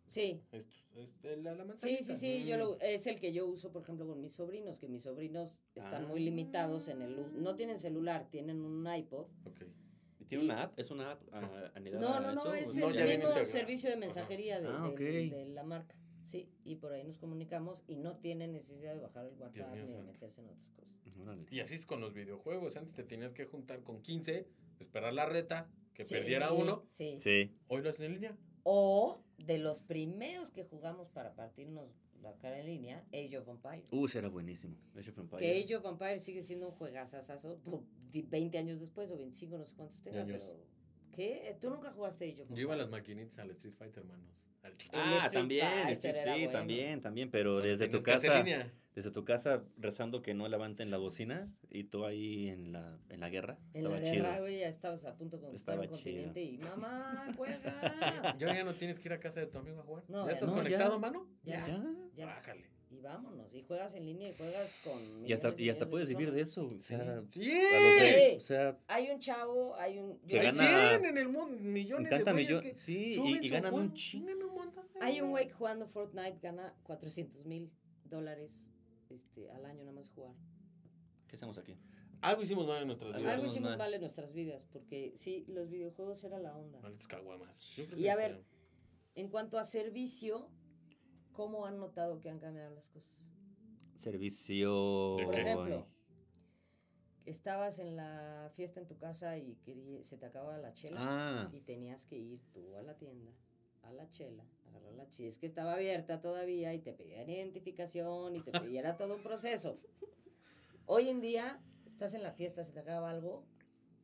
Speaker 4: Sí.
Speaker 2: Esto, es de la, la
Speaker 4: Sí,
Speaker 2: manzanita.
Speaker 4: sí, sí, yo
Speaker 2: Mm.
Speaker 4: lo- es el que yo uso, por ejemplo, con mis sobrinos, que mis sobrinos están muy
Speaker 3: Ah.
Speaker 4: limitados en el uso. No tienen celular, tienen un iPod.
Speaker 2: Ok.
Speaker 3: ¿Y ¿Tiene una app? ¿Es una app ah, anidada
Speaker 4: No,
Speaker 3: a
Speaker 4: no,
Speaker 3: eso?
Speaker 4: no, es
Speaker 2: No,
Speaker 4: el
Speaker 2: ya viene
Speaker 4: mismo
Speaker 2: integrado.
Speaker 4: servicio de mensajería de,
Speaker 3: Ah,
Speaker 4: del-
Speaker 3: ok.
Speaker 4: de la marca. Sí, y por ahí nos comunicamos y no tienen necesidad de bajar el WhatsApp
Speaker 2: mío
Speaker 4: ni de
Speaker 2: santo.
Speaker 4: meterse en otras cosas.
Speaker 3: Órale.
Speaker 2: Y así es con los videojuegos. Antes te tenías que juntar con 15, esperar la reta, que
Speaker 4: Sí,
Speaker 2: perdiera uno.
Speaker 4: Sí.
Speaker 3: Sí.
Speaker 2: Hoy lo haces en línea.
Speaker 4: O de los primeros que jugamos para partirnos la cara en línea, Age of Empires.
Speaker 3: Uh, será buenísimo. Age of Empires.
Speaker 4: que Age of Empires sigue siendo un juegazazazo pu- di- 20 años después o 25, no sé cuántos tenga,
Speaker 2: Ñoños.
Speaker 4: pero... ¿Qué? ¿Tú nunca jugaste Age of
Speaker 2: Yo iba a
Speaker 4: Empires?
Speaker 2: las maquinitas al Street Fighter, hermanos. Al chichón.
Speaker 4: el
Speaker 3: Ah,
Speaker 4: Street
Speaker 3: también, el
Speaker 4: Fighter
Speaker 3: Street-
Speaker 4: era
Speaker 3: sí,
Speaker 4: bueno.
Speaker 3: también, también, pero desde tu
Speaker 2: Tenías que hacer
Speaker 3: casa,
Speaker 2: línea.
Speaker 3: desde tu casa rezando que no levanten la bocina y tú ahí en la, en la guerra.
Speaker 4: En
Speaker 3: Estaba
Speaker 4: la guerra,
Speaker 3: chido.
Speaker 4: güey, ya estabas a punto de conquistar
Speaker 3: Estaba
Speaker 4: un
Speaker 3: chido.
Speaker 4: continente y mamá, juega.
Speaker 2: Ya, ya no tienes que ir a casa de tu amigo a jugar.
Speaker 4: No,
Speaker 2: ¿Ya
Speaker 4: ya
Speaker 2: estás
Speaker 3: no.
Speaker 2: conectado,
Speaker 3: No, ya.
Speaker 2: mano?
Speaker 4: Ya,
Speaker 3: Ya.
Speaker 4: ya.
Speaker 2: Bájale.
Speaker 4: Y vámonos. Y juegas en línea y juegas con.
Speaker 3: Y hasta,
Speaker 4: millones
Speaker 3: y hasta
Speaker 4: millones
Speaker 3: puedes vivir de
Speaker 4: personas.
Speaker 3: eso.
Speaker 2: Sí.
Speaker 3: O sea, a los
Speaker 2: Sí.
Speaker 3: de-
Speaker 4: Sí.
Speaker 3: o sea
Speaker 4: Hay un chavo, hay un.
Speaker 3: Que
Speaker 2: Hay
Speaker 3: gana-
Speaker 2: 100 en el mundo, millones de
Speaker 3: encanta
Speaker 2: güeyes
Speaker 3: millón.
Speaker 2: que
Speaker 3: Sí, y-
Speaker 2: suben
Speaker 3: y,
Speaker 2: su
Speaker 3: ganan
Speaker 2: juego.
Speaker 3: un chingo.
Speaker 2: Ganan un montón de
Speaker 4: Hay un
Speaker 2: dinero.
Speaker 4: güey que jugando Fortnite gana 400 mil dólares este, al año nada más jugar.
Speaker 3: ¿Qué hacemos aquí?
Speaker 2: Algo hicimos mal en nuestras
Speaker 3: Algo
Speaker 4: Algo
Speaker 3: hacemos
Speaker 2: vidas.
Speaker 4: hicimos
Speaker 3: mal.
Speaker 4: mal en nuestras vidas, porque sí, los videojuegos era la onda.
Speaker 2: Malditas caguamas. Yo creo
Speaker 4: Y
Speaker 2: que
Speaker 4: a
Speaker 2: sí.
Speaker 4: ver. En cuanto a servicio, ¿cómo han notado que han cambiado las cosas?
Speaker 3: Servicio.
Speaker 2: ¿De
Speaker 4: Por
Speaker 2: qué?
Speaker 4: ejemplo, estabas en la fiesta en tu casa y querí- se te acababa la chela.
Speaker 3: Ah,
Speaker 4: Y tenías que ir tú a la tienda, a la chela, agarrar la chela. Es que estaba abierta todavía y te pedían identificación y te pedían era todo un proceso. Hoy en día, estás en la fiesta, se te acaba algo,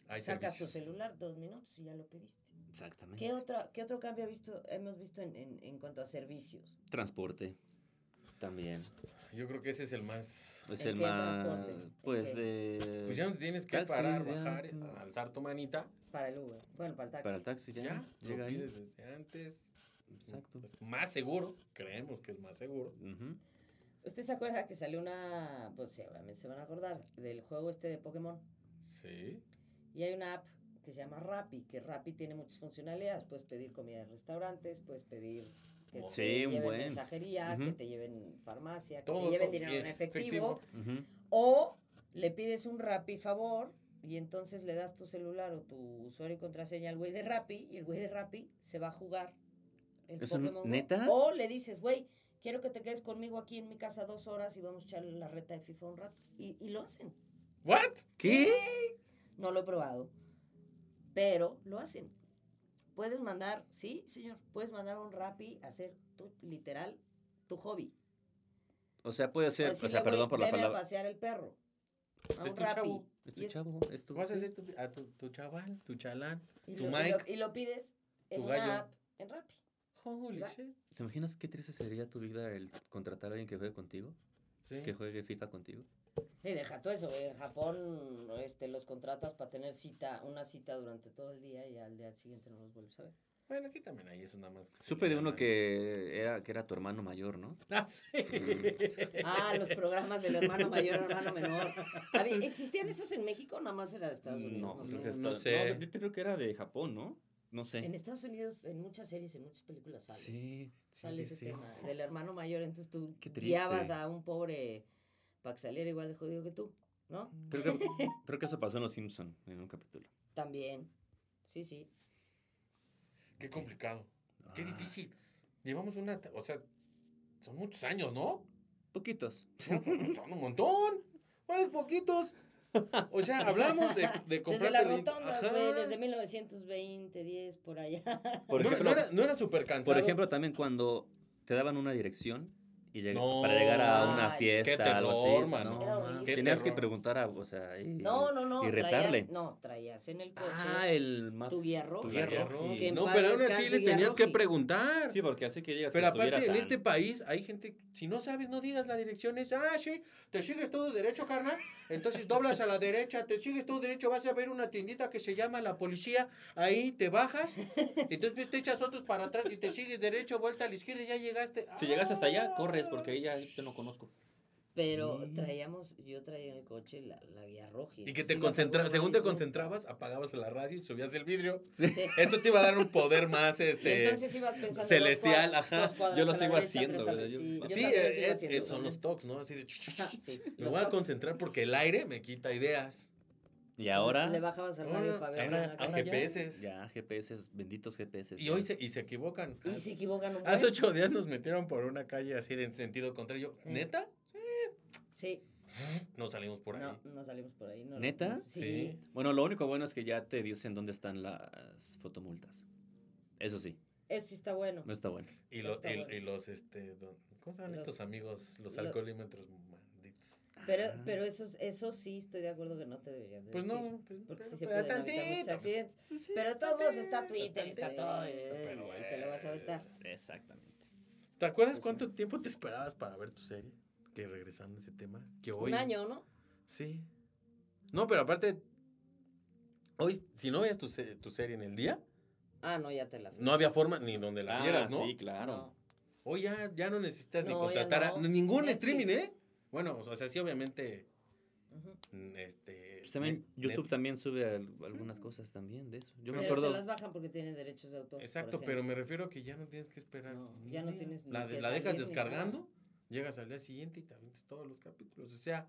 Speaker 2: Hay
Speaker 4: sacas tu
Speaker 2: servicios.
Speaker 4: celular dos minutos y ya lo pediste.
Speaker 3: exactamente.
Speaker 4: ¿Qué, otra, qué otro cambio ha visto, hemos visto en, en- en cuanto a servicios?
Speaker 3: Transporte. También.
Speaker 2: Yo creo que ese es el más.
Speaker 3: Es
Speaker 4: ¿En
Speaker 3: el
Speaker 4: qué
Speaker 3: más.
Speaker 4: transporte? ¿En
Speaker 3: Pues
Speaker 4: qué?
Speaker 3: de.
Speaker 2: Pues ya no te tienes que
Speaker 3: Taxi,
Speaker 2: parar,
Speaker 3: ya,
Speaker 2: bajar,
Speaker 3: no.
Speaker 2: alzar tu manita.
Speaker 4: Para el Uber, bueno, para el taxi.
Speaker 3: Para el taxi ya.
Speaker 2: Ya,
Speaker 3: Llega
Speaker 2: lo
Speaker 3: ahí.
Speaker 2: pides Pues, desde antes.
Speaker 3: Exacto.
Speaker 2: Es más seguro, creemos que es más seguro.
Speaker 3: Ujú.
Speaker 4: ¿Usted se acuerda que salió una, pues sí, obviamente se van a acordar, del juego este de Pokémon?
Speaker 2: Sí.
Speaker 4: Y hay una app que se llama Rappi, que Rappi tiene muchas funcionalidades. Puedes pedir comida en restaurantes, puedes pedir que
Speaker 2: Sí,
Speaker 4: te
Speaker 3: un
Speaker 4: lleven
Speaker 3: buen.
Speaker 4: mensajería, que
Speaker 3: Ujú.
Speaker 4: te lleven farmacia, que
Speaker 2: Todo,
Speaker 4: te lleven
Speaker 2: todo,
Speaker 4: dinero
Speaker 2: bien,
Speaker 4: en efectivo,
Speaker 2: efectivo.
Speaker 3: Ujú.
Speaker 4: O le pides un Rappi favor y entonces le das tu celular o tu usuario y contraseña al güey de Rappi y el güey de Rappi se va a jugar el
Speaker 3: ¿Eso
Speaker 4: Pokémon Go.
Speaker 3: neta?
Speaker 4: O le dices, güey, quiero que te quedes conmigo aquí en mi casa dos horas y vamos a echar la reta de FIFA un rato. Y, y lo hacen.
Speaker 2: ¿What?
Speaker 3: ¿Qué?
Speaker 4: No lo he probado, pero lo hacen. Puedes mandar, sí, señor, puedes mandar un Rappi a hacer tu, literal tu hobby.
Speaker 3: O sea, puede
Speaker 4: O
Speaker 3: ser. O
Speaker 4: decirle,
Speaker 3: sea, perdón por
Speaker 4: pues, "Güey,
Speaker 3: la
Speaker 4: veme a
Speaker 3: palabra.
Speaker 4: pasear el perro. A
Speaker 2: Es
Speaker 4: un
Speaker 2: tu
Speaker 4: Rappi.
Speaker 2: chavo,
Speaker 3: Es
Speaker 4: Y
Speaker 3: tu
Speaker 4: es-
Speaker 3: chavo, es tu.
Speaker 2: Vas a
Speaker 3: sí.
Speaker 2: hacer tu, a tu, tu chaval, tu chalán,
Speaker 4: Y
Speaker 2: tu
Speaker 4: lo, y
Speaker 2: Mike.
Speaker 4: lo- y lo pides en
Speaker 2: Tu
Speaker 4: una
Speaker 2: gallo.
Speaker 4: app, en Rappi.
Speaker 2: Holy
Speaker 4: Va.
Speaker 2: shit.
Speaker 3: ¿Te imaginas qué triste sería tu vida el contratar a alguien que juegue contigo?
Speaker 2: Sí.
Speaker 3: Que juegue FIFA contigo.
Speaker 4: Y deja todo eso, güey. En Japón este, los contratas para tener cita, una cita durante todo el día y al día siguiente no los vuelves a ver.
Speaker 2: Bueno, aquí también hay eso nada más. que se
Speaker 3: Supe
Speaker 2: le
Speaker 3: de uno
Speaker 2: llama-
Speaker 3: que era, que era tu hermano mayor, ¿no?
Speaker 2: Ah, sí.
Speaker 3: Mm.
Speaker 4: Ah, los programas del hermano mayor, hermano menor. A ver, ¿existían esos en México? o Nada más era de Estados Unidos.
Speaker 3: No,
Speaker 4: sé.
Speaker 3: creo que
Speaker 2: Mm, No,
Speaker 3: está-
Speaker 2: no
Speaker 3: no,
Speaker 2: sé.
Speaker 3: yo creo que era de Japón, ¿no? No sé.
Speaker 4: En Estados Unidos, en muchas series, en muchas películas sale.
Speaker 3: Sí, sí,
Speaker 4: sale
Speaker 3: sí,
Speaker 4: ese
Speaker 3: sí.
Speaker 4: tema del hermano mayor. Entonces tú
Speaker 3: Qué
Speaker 4: guiabas
Speaker 3: triste.
Speaker 4: a un pobre paxalero igual de jodido que tú, ¿no?
Speaker 3: Creo que, creo que eso pasó en Los Simpson en un capítulo.
Speaker 4: También. Sí, sí.
Speaker 2: Qué complicado. Qué
Speaker 3: Ah,
Speaker 2: difícil. Llevamos una. ta- O sea, son muchos años, ¿no?
Speaker 3: Poquitos.
Speaker 2: No, Son, son un montón. ¿Cuáles poquitos? O sea, hablamos de, de comprar.
Speaker 4: Desde las
Speaker 2: películas.
Speaker 4: rotondas,
Speaker 2: Ajá.
Speaker 4: güey, desde 1920, 10, por allá.
Speaker 3: Por
Speaker 2: no,
Speaker 3: ejemplo,
Speaker 2: no era, no era súper cansado.
Speaker 3: por ejemplo, también cuando te daban una dirección y lleg-
Speaker 2: No.
Speaker 3: para llegar a una
Speaker 4: Ay,
Speaker 3: fiesta,
Speaker 2: qué terror,
Speaker 3: algo así.
Speaker 2: mano.
Speaker 4: Era
Speaker 3: no,
Speaker 4: horrible.
Speaker 3: ma.
Speaker 2: Qué
Speaker 3: Tenías que
Speaker 2: terror.
Speaker 3: preguntar a, o sea, y,
Speaker 4: No, no, no.
Speaker 3: y rezarle.
Speaker 4: Traías, no, traías en el coche
Speaker 3: ah, el mapa.
Speaker 4: tu guía roja.
Speaker 3: tu
Speaker 2: Guía
Speaker 3: guía
Speaker 2: roja.
Speaker 3: roja.
Speaker 4: Que en
Speaker 2: No,
Speaker 4: paz
Speaker 2: pero aún así
Speaker 4: descanse
Speaker 2: le
Speaker 4: Guía
Speaker 2: tenías que
Speaker 4: Roji.
Speaker 2: preguntar.
Speaker 3: Sí, porque así que llegas
Speaker 2: Pero
Speaker 3: que estuviera
Speaker 2: aparte, en
Speaker 3: tan-
Speaker 2: este país hay gente, si no sabes, no digas la dirección es, ah, sí, te sigues todo derecho, carnal, entonces doblas a la derecha, te sigues todo derecho, vas a ver una tiendita que se llama La Policía, ahí te bajas, entonces ves, te echas otros para atrás y te sigues derecho, vuelta a la izquierda y ya llegaste.
Speaker 3: Si llegas hasta allá, corres porque ahí ya te no conozco.
Speaker 4: Pero
Speaker 3: Sí.
Speaker 4: traíamos, yo traía en el coche la, la guía roja.
Speaker 2: Ah, Y que te concentrabas, según te este, concentrabas, apagabas la radio y subías el vidrio. Esto te iba a dar un poder más, este...
Speaker 4: entonces ibas pensando dos
Speaker 2: celestial,
Speaker 4: cuadras-
Speaker 2: ajá.
Speaker 4: dos cuadras
Speaker 3: Yo lo
Speaker 4: a la
Speaker 3: sigo
Speaker 4: derecha,
Speaker 3: haciendo,
Speaker 4: tres a la-
Speaker 3: güey, yo-
Speaker 4: sí, yo
Speaker 2: Sí, eh,
Speaker 4: también lo
Speaker 2: es-
Speaker 4: sigo
Speaker 2: es-
Speaker 4: haciendo,
Speaker 2: son
Speaker 4: güey.
Speaker 2: los tocs, ¿no? Así de...
Speaker 4: Ajá, sí,
Speaker 2: Me
Speaker 4: los
Speaker 2: voy a
Speaker 4: tocs.
Speaker 2: concentrar porque el aire me quita ideas.
Speaker 3: Y ahora.
Speaker 4: Le bajabas al radio para ver.
Speaker 2: Ahora-
Speaker 4: la
Speaker 2: a
Speaker 4: cara.
Speaker 3: ahora ya-
Speaker 2: GPS.
Speaker 3: Ya, GPS, benditos GPS.
Speaker 2: Y hoy se, y se equivocan.
Speaker 4: Y se equivocan un buen.
Speaker 2: Hace ocho días nos metieron por una calle así de en sentido contrario.
Speaker 4: Sí.
Speaker 2: ¿Neta?
Speaker 4: Sí,
Speaker 2: No salimos por ahí.
Speaker 4: no, no salimos por ahí. no lo-
Speaker 3: ¿Neta?
Speaker 4: Sí.
Speaker 3: Bueno, lo único bueno es que ya te dicen dónde están las fotomultas. Eso sí,
Speaker 4: Eso sí está bueno.
Speaker 3: no está bueno.
Speaker 2: Y, lo-
Speaker 4: Está
Speaker 2: y-
Speaker 4: bueno.
Speaker 2: y los, este, don- ¿cómo se llaman
Speaker 4: Los-
Speaker 2: estos amigos? Los
Speaker 4: lo-
Speaker 2: alcoholímetros malditos.
Speaker 4: Pero,
Speaker 3: Ah.
Speaker 4: pero eso, eso sí estoy de acuerdo que no te deberían de
Speaker 2: Pues
Speaker 4: decir,
Speaker 2: no, pues,
Speaker 4: Porque
Speaker 2: pero-
Speaker 4: Eh, sí se
Speaker 2: pero
Speaker 4: pueden evitar muchos
Speaker 2: tantito, pues,
Speaker 4: accidentes. Pero de todos modos está Twitter, está
Speaker 2: tantito,
Speaker 4: todo. eh,
Speaker 2: pero
Speaker 4: y ahí te lo vas a evitar.
Speaker 3: Exactamente.
Speaker 2: ¿Te acuerdas
Speaker 4: Pues sí.
Speaker 2: cuánto tiempo te esperabas para ver tu serie? Que regresando a ese tema, que hoy.
Speaker 4: Un año, ¿no?
Speaker 2: Sí. No, pero aparte, hoy, si no veías tu, se- tu serie en el día,
Speaker 4: Ah, no, ya te la
Speaker 2: no había forma ni donde la vieras, ¿no?
Speaker 3: Ah, sí, claro.
Speaker 2: Hoy ya, ya no necesitas ni
Speaker 4: No, ya
Speaker 2: contratar a
Speaker 4: no.
Speaker 2: ningún
Speaker 4: Netflix.
Speaker 2: streaming, ¿eh? Bueno, o sea, sí, obviamente,
Speaker 4: Ujú.
Speaker 2: mm, este...
Speaker 3: Pues también,
Speaker 2: Net-
Speaker 3: YouTube
Speaker 2: Netflix.
Speaker 3: también sube al- algunas cosas también de eso. Yo
Speaker 4: Pero
Speaker 3: me
Speaker 4: te
Speaker 3: acuerdo.
Speaker 4: las bajan porque tienen derechos de autor. por
Speaker 2: Exacto,
Speaker 4: ejemplo.
Speaker 2: pero me refiero a que ya no tienes que esperar.
Speaker 4: No,
Speaker 2: ni
Speaker 4: ya no
Speaker 2: día.
Speaker 4: tienes ni
Speaker 2: La, de-
Speaker 4: que
Speaker 2: la dejas
Speaker 4: salir ni
Speaker 2: descargando, llegas al día siguiente y te avientas todos los capítulos. O sea,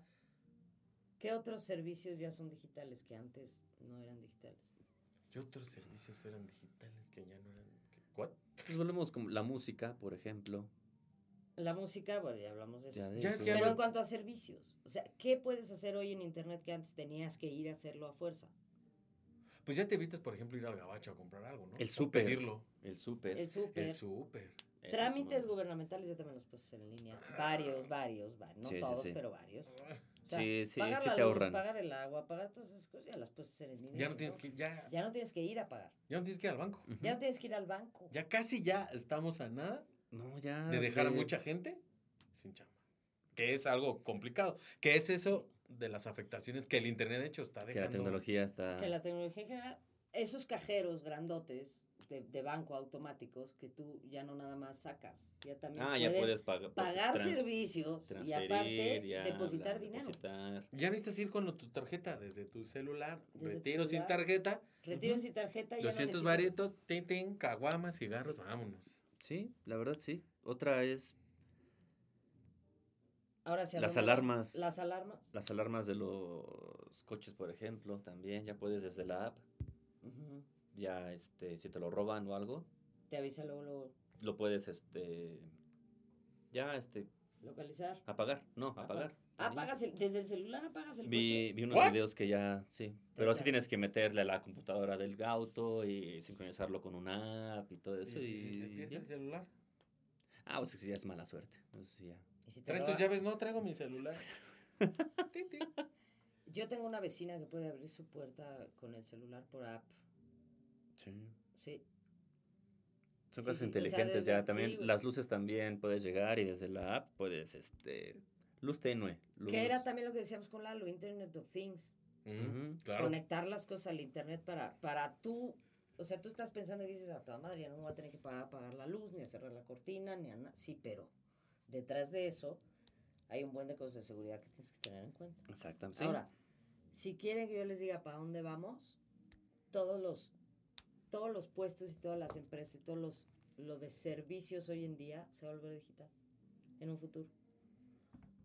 Speaker 4: ¿Qué otros servicios ya son digitales que antes no eran digitales?
Speaker 2: ¿qué otros servicios eran digitales que ya no eran? ¿Qué? ¿What?
Speaker 3: Pues volvemos con la música, por ejemplo.
Speaker 4: La música, bueno, ya hablamos de eso.
Speaker 3: Ya de
Speaker 2: Ya es
Speaker 3: eso.
Speaker 2: que
Speaker 4: Pero
Speaker 2: hablan-
Speaker 4: en cuanto a servicios, o sea, ¿qué puedes hacer hoy en internet que antes tenías que ir a hacerlo a fuerza?
Speaker 2: Pues ya te evitas, por ejemplo, ir al gabacho a comprar algo, ¿no?
Speaker 3: El
Speaker 2: O
Speaker 3: súper.
Speaker 2: pedirlo.
Speaker 3: El súper.
Speaker 4: El súper.
Speaker 2: El súper.
Speaker 3: Eso es
Speaker 4: Trámites
Speaker 3: muy-
Speaker 4: gubernamentales yo también los puedo hacer en línea. Varios, varios, varios. No
Speaker 3: Sí, sí,
Speaker 4: todos,
Speaker 3: sí.
Speaker 4: pero varios. O sea,
Speaker 3: Sí, sí,
Speaker 4: pagar
Speaker 3: sí
Speaker 4: la
Speaker 3: te
Speaker 4: luz,
Speaker 3: ahorran.
Speaker 4: pagar el agua, pagar todas esas cosas, ya las puedes hacer en línea.
Speaker 2: Ya no
Speaker 4: sin
Speaker 2: tienes
Speaker 4: bronca.
Speaker 2: que, ya,
Speaker 4: Ya no tienes que ir a pagar.
Speaker 2: ya no tienes que ir al banco.
Speaker 3: Ujú.
Speaker 4: Ya no tienes que ir al banco.
Speaker 2: Ya casi ya estamos a nada
Speaker 3: No, ya.
Speaker 2: de dejar a
Speaker 3: de-
Speaker 2: mucha gente sin chamba. Que es algo complicado. Que es eso de las afectaciones que el internet, de hecho, está
Speaker 3: Que la
Speaker 2: dejando.
Speaker 3: tecnología está.
Speaker 4: Que la tecnología en general, esos cajeros grandotes de, de banco automáticos que tú ya no nada más sacas, ya también
Speaker 3: Ah,
Speaker 4: puedes,
Speaker 3: ya puedes pagar.
Speaker 4: pagar
Speaker 3: trans-
Speaker 4: servicios y
Speaker 3: transferir,
Speaker 4: aparte
Speaker 3: ya,
Speaker 4: depositar
Speaker 3: bla,
Speaker 4: dinero.
Speaker 3: depositar.
Speaker 2: Ya necesitas ir con lo- tu tarjeta desde tu celular,
Speaker 4: Desde tu
Speaker 2: retiro sin
Speaker 4: celular.
Speaker 2: tarjeta,
Speaker 4: Retiros
Speaker 2: Ujú.
Speaker 4: y tarjeta. ya no
Speaker 2: 200
Speaker 4: necesitas-
Speaker 2: varitos, tin, tin, caguamas, cigarros, vámonos.
Speaker 3: Sí, la verdad sí. Otra es
Speaker 4: Ahora sí, ¿a
Speaker 3: las
Speaker 4: dónde va?
Speaker 3: alarmas.
Speaker 4: Las alarmas.
Speaker 3: las alarmas de los coches, por ejemplo, también. Ya puedes desde la app.
Speaker 4: Ujú.
Speaker 3: Ya, este, si te lo roban o algo,
Speaker 4: Te avisa luego, luego
Speaker 3: lo puedes, este. Ya, este,
Speaker 4: localizar.
Speaker 3: apagar. No,
Speaker 4: Apa-
Speaker 3: apagar.
Speaker 4: Ah,
Speaker 3: también.
Speaker 4: apagas el, desde el celular apagas el coche.
Speaker 3: Vi, vi unos
Speaker 2: ¿What?
Speaker 3: videos que ya, sí. Pero
Speaker 4: Ajá.
Speaker 3: sí tienes que meterle a la computadora del auto y sincronizarlo con una app y todo eso.
Speaker 2: Y
Speaker 3: y
Speaker 2: si- si te pierdes
Speaker 3: ya.
Speaker 2: el celular.
Speaker 3: Ah, pues sí, ya es mala suerte. Eso sí, ya.
Speaker 4: Y si te
Speaker 2: ¿Traes
Speaker 4: roba-
Speaker 2: tus llaves? No, traigo mi celular. Tin, tin.
Speaker 4: Yo tengo una vecina que puede abrir su puerta con el celular por app.
Speaker 3: Sí.
Speaker 4: Sí.
Speaker 3: Son cosas
Speaker 4: Sí, sí, o sea,
Speaker 3: inteligentes
Speaker 4: desde-
Speaker 3: ya también.
Speaker 4: sí, güey.
Speaker 3: las luces también puedes llegar y desde la app puedes, este, luz tenue. Luz.
Speaker 4: Que era también lo que decíamos con Lalo, Internet of Things.
Speaker 2: Ujú,
Speaker 3: Ujú.
Speaker 2: Claro.
Speaker 4: Conectar las cosas al Internet para, para tú. O sea, tú estás pensando y dices, a toda madre, ya no me voy a tener que parar a apagar la luz, ni a cerrar la cortina, ni a nada. Sí, pero detrás de eso hay un buen de cosas de seguridad que tienes que tener en cuenta.
Speaker 3: Exactamente. sí.
Speaker 4: Ahora, si quieren que yo les diga para dónde vamos, todos los, todos los puestos y todas las empresas y todos los lo de servicios hoy en día se va a volver digital en un futuro.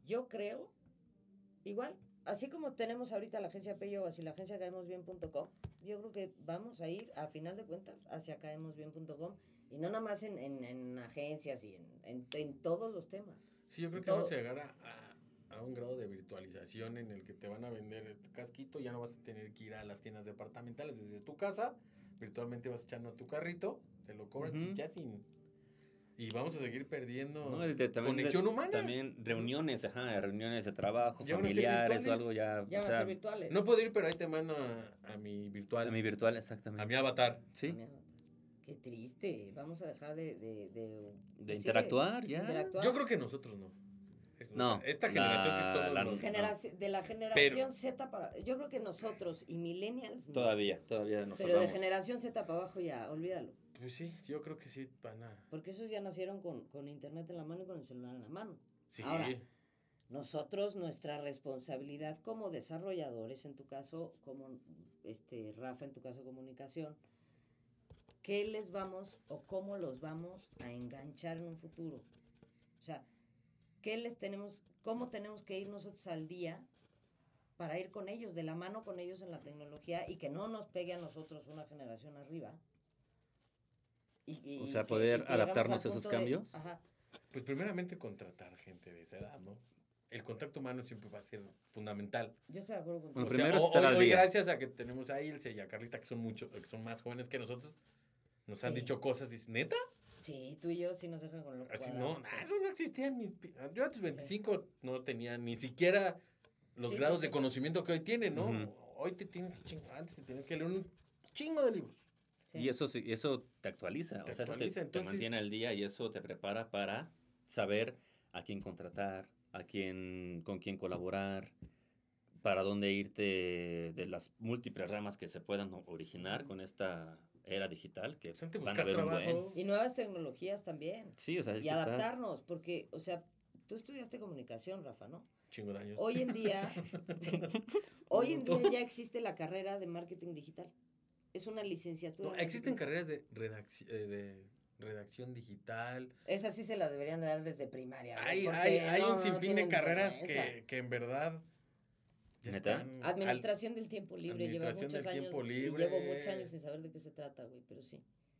Speaker 4: Yo creo, igual, así como tenemos ahorita la agencia Peyovas y la agencia caemosbien.com, yo creo que vamos a ir, a final de cuentas, hacia caemosbien.com y no nada más en, en- en agencias y en, en- en todos los temas.
Speaker 2: Sí, yo creo que
Speaker 4: Todo.
Speaker 2: vamos a llegar a, a- a un grado de virtualización en el que te van a vender el casquito, ya no vas a tener que ir a las tiendas departamentales desde tu casa, virtualmente vas echando a tu carrito, te lo cobran sin-
Speaker 3: Ujú.
Speaker 2: ya sin... Y vamos a seguir perdiendo
Speaker 3: No, y de- también de-
Speaker 2: conexión humana.
Speaker 3: También reuniones, ajá, reuniones de trabajo,
Speaker 2: Ya van a ser
Speaker 3: familiares o
Speaker 2: virtuales.
Speaker 3: algo ya.
Speaker 4: Ya
Speaker 3: o
Speaker 4: van a
Speaker 3: sea,
Speaker 4: ser virtuales.
Speaker 2: No puedo ir, pero ahí te mando a, a mi virtual,
Speaker 3: a mi virtual,
Speaker 2: a
Speaker 3: exactamente.
Speaker 2: mi avatar.
Speaker 3: Sí,
Speaker 4: Mira, Qué triste. Vamos a dejar de, de, de-
Speaker 3: de
Speaker 4: sí,
Speaker 3: interactuar ya.
Speaker 4: interactuar.
Speaker 2: Yo creo que nosotros no. Es- o
Speaker 3: No,
Speaker 2: sea, esta
Speaker 3: la-
Speaker 2: generación que somos...
Speaker 3: la-
Speaker 2: los-
Speaker 4: Generaci- de la generación Z para. Yo creo que nosotros y millennials. no,
Speaker 3: Todavía, todavía nos
Speaker 4: Pero de
Speaker 3: salvamos.
Speaker 4: generación Z para abajo ya, olvídalo.
Speaker 2: Pues sí, yo creo que sí van a...
Speaker 4: Porque esos ya nacieron con, con internet en la mano y con el celular en la mano.
Speaker 2: Sí.
Speaker 4: Ahora, Nosotros, nuestra responsabilidad como desarrolladores, en tu caso, como este, Rafa, en tu caso, comunicación, ¿qué les vamos o cómo los vamos a enganchar en un futuro? O sea, ¿qué les tenemos, cómo tenemos que ir nosotros al día para ir con ellos, de la mano con ellos en la tecnología y que no nos pegue a nosotros una generación arriba. Y- y-
Speaker 3: O sea,
Speaker 4: y que-
Speaker 3: poder
Speaker 4: y que llegamos
Speaker 3: adaptarnos
Speaker 4: al
Speaker 3: a esos
Speaker 4: punto de-
Speaker 3: cambios.
Speaker 4: ajá.
Speaker 2: Pues primeramente contratar gente de esa edad, ¿no? El contacto humano siempre va a ser fundamental.
Speaker 4: Yo estoy de acuerdo contigo.
Speaker 3: Bueno, primero es estar
Speaker 2: hoy,
Speaker 3: al
Speaker 2: hoy
Speaker 3: día.
Speaker 2: gracias a que tenemos a Ilse y a Carlita, que son mucho, que son más jóvenes que nosotros, nos han
Speaker 4: Sí.
Speaker 2: dicho cosas, dicen, ¿neta?
Speaker 4: Sí, tú y yo sí nos dejan con los
Speaker 2: Así
Speaker 4: cuadrados,
Speaker 2: no, nah,
Speaker 4: sí.
Speaker 2: eso no existía en mis... pi- Yo a tus 25 no tenía ni siquiera los
Speaker 4: Sí, sí,
Speaker 2: grados
Speaker 4: sí.
Speaker 2: de conocimiento que hoy tienen, ¿no?
Speaker 3: Ujú.
Speaker 2: Hoy te tienes que chingar, antes te tienes que leer un chingo de libros.
Speaker 4: Sí.
Speaker 3: Y eso, sí- eso te
Speaker 2: Te
Speaker 3: actualiza, o sea, eso te-
Speaker 2: actualiza,
Speaker 3: te,
Speaker 2: entonces-
Speaker 3: mantiene al día y eso te prepara para saber a quién contratar, a quién, con quién colaborar, para dónde irte de las múltiples ramas que se puedan o- originar con esta era digital que
Speaker 2: Pues antes
Speaker 3: van a
Speaker 2: buscar
Speaker 3: haber un buen.
Speaker 2: trabajo.
Speaker 4: Y nuevas tecnologías también.
Speaker 3: Sí, o sea, hay
Speaker 4: Y
Speaker 3: que estar-
Speaker 4: adaptarnos, porque, o sea, tú estudiaste comunicación, Rafa, ¿no?
Speaker 2: Chingo de años.
Speaker 4: Hoy en día, hoy en día ya existe la carrera de marketing digital. Es una licenciatura.
Speaker 2: No,
Speaker 4: en
Speaker 2: existen
Speaker 4: marketing.
Speaker 2: carreras de redacción, de redacción digital.
Speaker 4: Esa sí se la deberían de dar desde primaria. güey,
Speaker 2: Hay,
Speaker 4: porque
Speaker 2: hay, hay
Speaker 4: no,
Speaker 2: un
Speaker 4: no
Speaker 2: sinfín de
Speaker 4: tienen
Speaker 2: carreras
Speaker 4: vergüenza.
Speaker 2: que, que en verdad ya
Speaker 3: ¿Neta?
Speaker 2: están al-
Speaker 4: Administración del tiempo libre. lleva
Speaker 2: Administración
Speaker 4: muchos
Speaker 2: del
Speaker 4: años,
Speaker 2: tiempo
Speaker 4: y
Speaker 2: libre.
Speaker 4: llevo muchos años sin saber de qué se trata, güey, pero sí.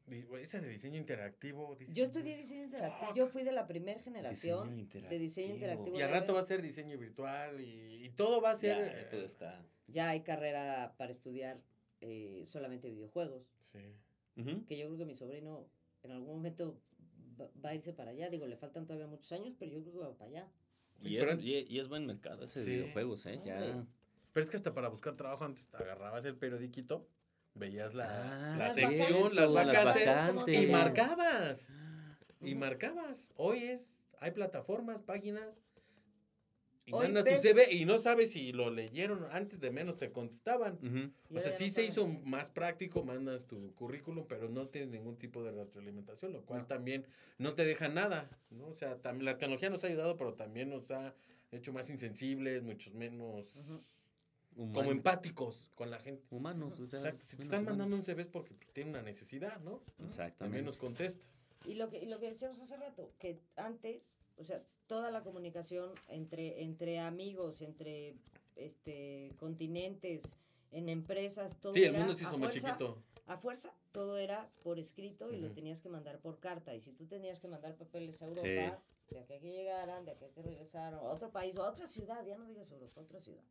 Speaker 2: di- güey, Esa de diseño interactivo. dices,
Speaker 4: Yo estudié diseño interactivo.
Speaker 2: Fuck.
Speaker 4: Yo fui de la primera
Speaker 3: Diseño
Speaker 4: generación de
Speaker 3: interactivo.
Speaker 4: diseño interactivo.
Speaker 2: Y al
Speaker 4: de-
Speaker 2: rato va a ser diseño virtual y, y todo va a ser...
Speaker 3: Ya,
Speaker 2: eh,
Speaker 3: todo está.
Speaker 4: Ya hay carrera para estudiar eh, solamente videojuegos.
Speaker 2: sí.
Speaker 3: Ujú.
Speaker 4: que yo creo que mi sobrino en algún momento va, va a irse para allá. Digo, le faltan todavía muchos años, pero yo creo que va para allá.
Speaker 3: Y,
Speaker 2: Pero-
Speaker 3: es, y- y es buen mercado ese de
Speaker 2: Sí.
Speaker 3: videojuegos, ¿eh? Ya.
Speaker 4: Hombre.
Speaker 2: Pero es que hasta para buscar trabajo antes te agarrabas el periodiquito, veías la, la
Speaker 3: Ah,
Speaker 4: Las
Speaker 2: sección,
Speaker 4: vacantes,
Speaker 2: las
Speaker 4: todas las
Speaker 2: vacantes,
Speaker 4: vacantes.
Speaker 2: y
Speaker 4: Ajá.
Speaker 2: marcabas. Y
Speaker 4: Ujú.
Speaker 2: marcabas. Hoy es, hay plataformas, páginas. Y
Speaker 4: Hoy
Speaker 2: mandas tu
Speaker 4: ves-
Speaker 2: CV y no sabes si lo leyeron antes de menos te contestaban.
Speaker 3: Ujú.
Speaker 4: Y
Speaker 2: O sea,
Speaker 4: ahora ya
Speaker 2: sí se
Speaker 4: no saben.
Speaker 2: hizo más práctico, mandas tu currículum, pero no tienes ningún tipo de retroalimentación, lo cual
Speaker 4: No.
Speaker 2: también no te deja nada, ¿no? O sea, tam- la tecnología nos ha ayudado, pero también nos ha hecho más insensibles, muchos menos
Speaker 4: Ujú.
Speaker 2: como
Speaker 3: Humano-
Speaker 2: empáticos con la gente.
Speaker 3: Humanos, o sea,
Speaker 2: Exacto, si te
Speaker 3: menos
Speaker 2: están
Speaker 3: humanos.
Speaker 2: mandando un CV es porque tiene una necesidad, ¿no?
Speaker 3: Exactamente.
Speaker 2: También nos contesta.
Speaker 4: Y lo, que, y lo que decíamos hace rato, que antes, o sea, toda la comunicación entre, entre amigos, entre este continentes, en empresas, todo
Speaker 2: Sí, el
Speaker 4: era
Speaker 2: mundo se
Speaker 4: a
Speaker 2: hizo más
Speaker 4: fuerza-
Speaker 2: chiquito.
Speaker 4: A fuerza, todo era por escrito y lo
Speaker 2: Ujú.
Speaker 4: tenías que mandar por carta. Y si tú tenías que mandar papeles a Europa, de acá que llegaran, de acá que regresaran, a otro país, o a otra ciudad, ya no digas Europa, a otra ciudad.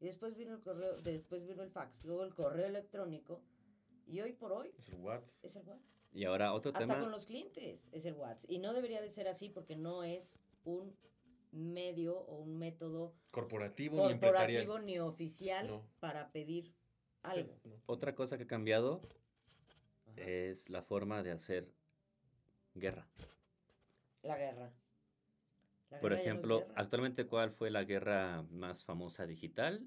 Speaker 4: Y después vino el correo, después vino el fax, luego el correo electrónico, y hoy por hoy
Speaker 2: Es el WhatsApp.
Speaker 4: es el WhatsApp.
Speaker 3: Y ahora otro
Speaker 4: Hasta
Speaker 3: tema.
Speaker 4: con los clientes es el WhatsApp. Y no debería de ser así porque no es un medio o un método
Speaker 2: Corporativo, ni empresarial.
Speaker 4: corporativo ni oficial
Speaker 2: No.
Speaker 4: para pedir
Speaker 2: Sí,
Speaker 4: algo.
Speaker 2: ¿no?
Speaker 3: Otra cosa que ha cambiado
Speaker 4: Ajá.
Speaker 3: es la forma de hacer guerra.
Speaker 4: La guerra. La
Speaker 3: Por
Speaker 4: guerra ya no es
Speaker 3: ejemplo,
Speaker 4: guerra.
Speaker 3: actualmente, ¿cuál fue la guerra más famosa digital?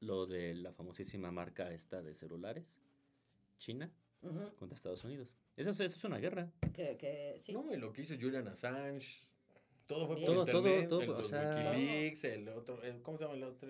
Speaker 3: Lo de la famosísima marca esta de celulares, China
Speaker 4: Ujú,
Speaker 3: contra Estados Unidos. Eso, es- eso es una guerra.
Speaker 4: que, que sí.
Speaker 2: No, y lo que hizo Julian Assange. Todo fue por
Speaker 4: Todo,
Speaker 3: todo,
Speaker 2: internet.
Speaker 3: todo,
Speaker 2: el-
Speaker 3: o
Speaker 2: los
Speaker 3: sea-
Speaker 2: Wikileaks, el otro, el- ¿cómo se llama el otro?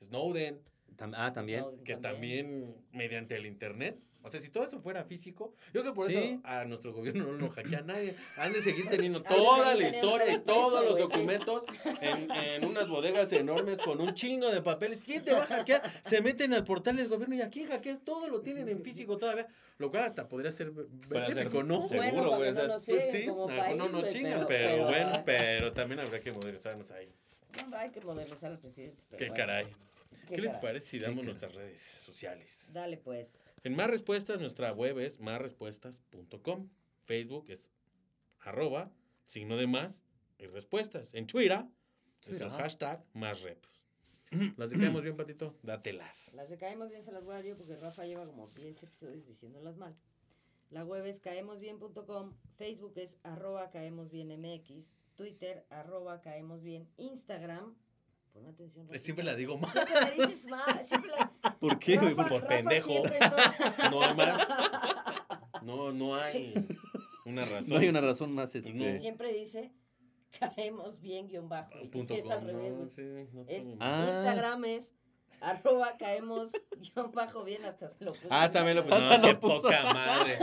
Speaker 2: Snowden,
Speaker 3: Tam- ah, también.
Speaker 4: Snowden
Speaker 2: que también. mediante el internet. O sea, si todo eso fuera físico, yo creo que por
Speaker 3: Sí.
Speaker 2: eso a nuestro gobierno no lo hackea nadie. Han de seguir teniendo
Speaker 4: Han de
Speaker 2: toda
Speaker 4: seguir
Speaker 2: la
Speaker 4: teniendo
Speaker 2: historia y
Speaker 4: todo
Speaker 2: todos
Speaker 4: eso,
Speaker 2: los
Speaker 4: güey, sí.
Speaker 2: documentos en, en unas bodegas enormes con un chingo de papeles. ¿Quién te va a hackear? Se meten al portal del gobierno y aquí hackeas todo lo tienen en físico todavía. Lo cual hasta podría ser benéfico, ¿no?
Speaker 3: Seguro,
Speaker 4: bueno,
Speaker 3: güey, o
Speaker 4: cuando
Speaker 3: sea,
Speaker 4: no nos
Speaker 2: Pues
Speaker 4: siguen
Speaker 2: sí,
Speaker 4: como
Speaker 2: no,
Speaker 4: país,
Speaker 2: no, no
Speaker 4: güey,
Speaker 2: chingas, pero, bueno,
Speaker 4: pero-
Speaker 2: pero también habrá que modernizarnos ahí.
Speaker 4: No, hay que modernizar al presidente. pero
Speaker 2: Qué
Speaker 4: bueno,
Speaker 2: caray. ¿Qué, les
Speaker 4: caray.
Speaker 2: parece si
Speaker 3: Qué
Speaker 2: damos
Speaker 3: caray.
Speaker 2: nuestras redes sociales?
Speaker 4: Dale, pues.
Speaker 2: En Más Respuestas, nuestra web es másrespuestas.com. Facebook es arroba, signo de más y respuestas. En Twitter es el
Speaker 3: Twitter.
Speaker 2: hashtag más repos. Las dejamos bien, Patito. Dátelas.
Speaker 4: Las de Caemos Bien se las voy a dar yo porque Rafa lleva como 10 episodios diciéndolas mal. La web es caemosbien.com, Facebook es arroba caemosbienmx, Twitter arroba caemosbien, Instagram, pon atención. Rafa.
Speaker 2: Siempre la digo más.
Speaker 4: Siempre la dices mal, siempre la...
Speaker 3: ¿Por
Speaker 2: qué, güey?
Speaker 4: Rafa-
Speaker 2: Por
Speaker 4: Rafa
Speaker 2: pendejo.
Speaker 4: siempre en todo-
Speaker 2: No hay más. No, no hay una razón.
Speaker 3: No hay una razón más.
Speaker 2: Pues
Speaker 3: Este,
Speaker 2: no.
Speaker 4: siempre dice caemos bien guión bajo. Y
Speaker 2: Punto
Speaker 4: es
Speaker 2: com.
Speaker 4: al revés,
Speaker 2: No,
Speaker 4: güey.
Speaker 2: sí, no
Speaker 4: Es-
Speaker 2: estuvo mal.
Speaker 3: Ah.
Speaker 4: Instagram es arroba caemos guión bajo bien hasta se lo puse.
Speaker 2: Ah, también lo
Speaker 3: Hasta
Speaker 2: pusieron.
Speaker 3: lo
Speaker 2: qué
Speaker 3: puso.
Speaker 2: poca madre.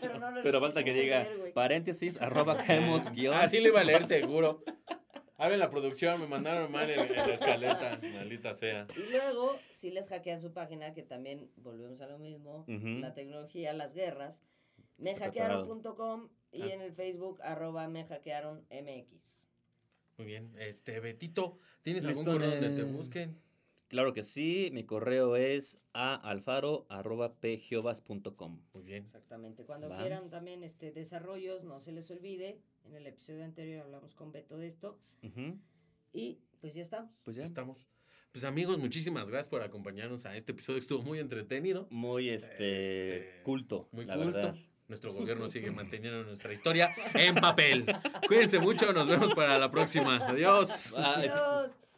Speaker 4: pero no lo
Speaker 3: Pero falta que
Speaker 4: quise
Speaker 3: diga
Speaker 4: leer, güey.
Speaker 2: Ah,
Speaker 3: paréntesis, arroba caemos guión.
Speaker 2: Así le iba a leer seguro. Habla en la producción, me mandaron mal en, en la escaleta, maldita sea.
Speaker 4: Y luego, si les hackean su página, que también volvemos a lo mismo,
Speaker 3: Ujú.
Speaker 4: la tecnología, las guerras,
Speaker 3: preparado.
Speaker 4: mehackearon.com y
Speaker 3: Ah.
Speaker 4: en el Facebook, arroba mehackearonmx.
Speaker 2: Muy bien, este, Betito, ¿tienes
Speaker 3: Listo,
Speaker 2: algún correo donde te
Speaker 3: eh,
Speaker 2: busquen?
Speaker 3: Claro que sí, mi correo es aalfaro.pgeovas.com.
Speaker 2: Muy bien.
Speaker 4: Exactamente. Cuando
Speaker 3: Va.
Speaker 4: quieran también este desarrollos, no se les olvide. En el episodio anterior hablamos con Beto de esto.
Speaker 3: Ujú,
Speaker 4: Y pues ya estamos.
Speaker 3: Pues
Speaker 2: Ya
Speaker 3: ya.
Speaker 2: estamos. Pues amigos, muchísimas gracias por acompañarnos a este episodio que estuvo muy entretenido,
Speaker 3: Muy este,
Speaker 2: Este,
Speaker 3: culto,
Speaker 2: muy
Speaker 3: la
Speaker 2: culto.
Speaker 3: verdad.
Speaker 2: Nuestro gobierno sigue manteniendo nuestra historia en papel. Cuídense mucho, nos vemos para la próxima. Adiós.
Speaker 3: Ay,
Speaker 4: Adiós.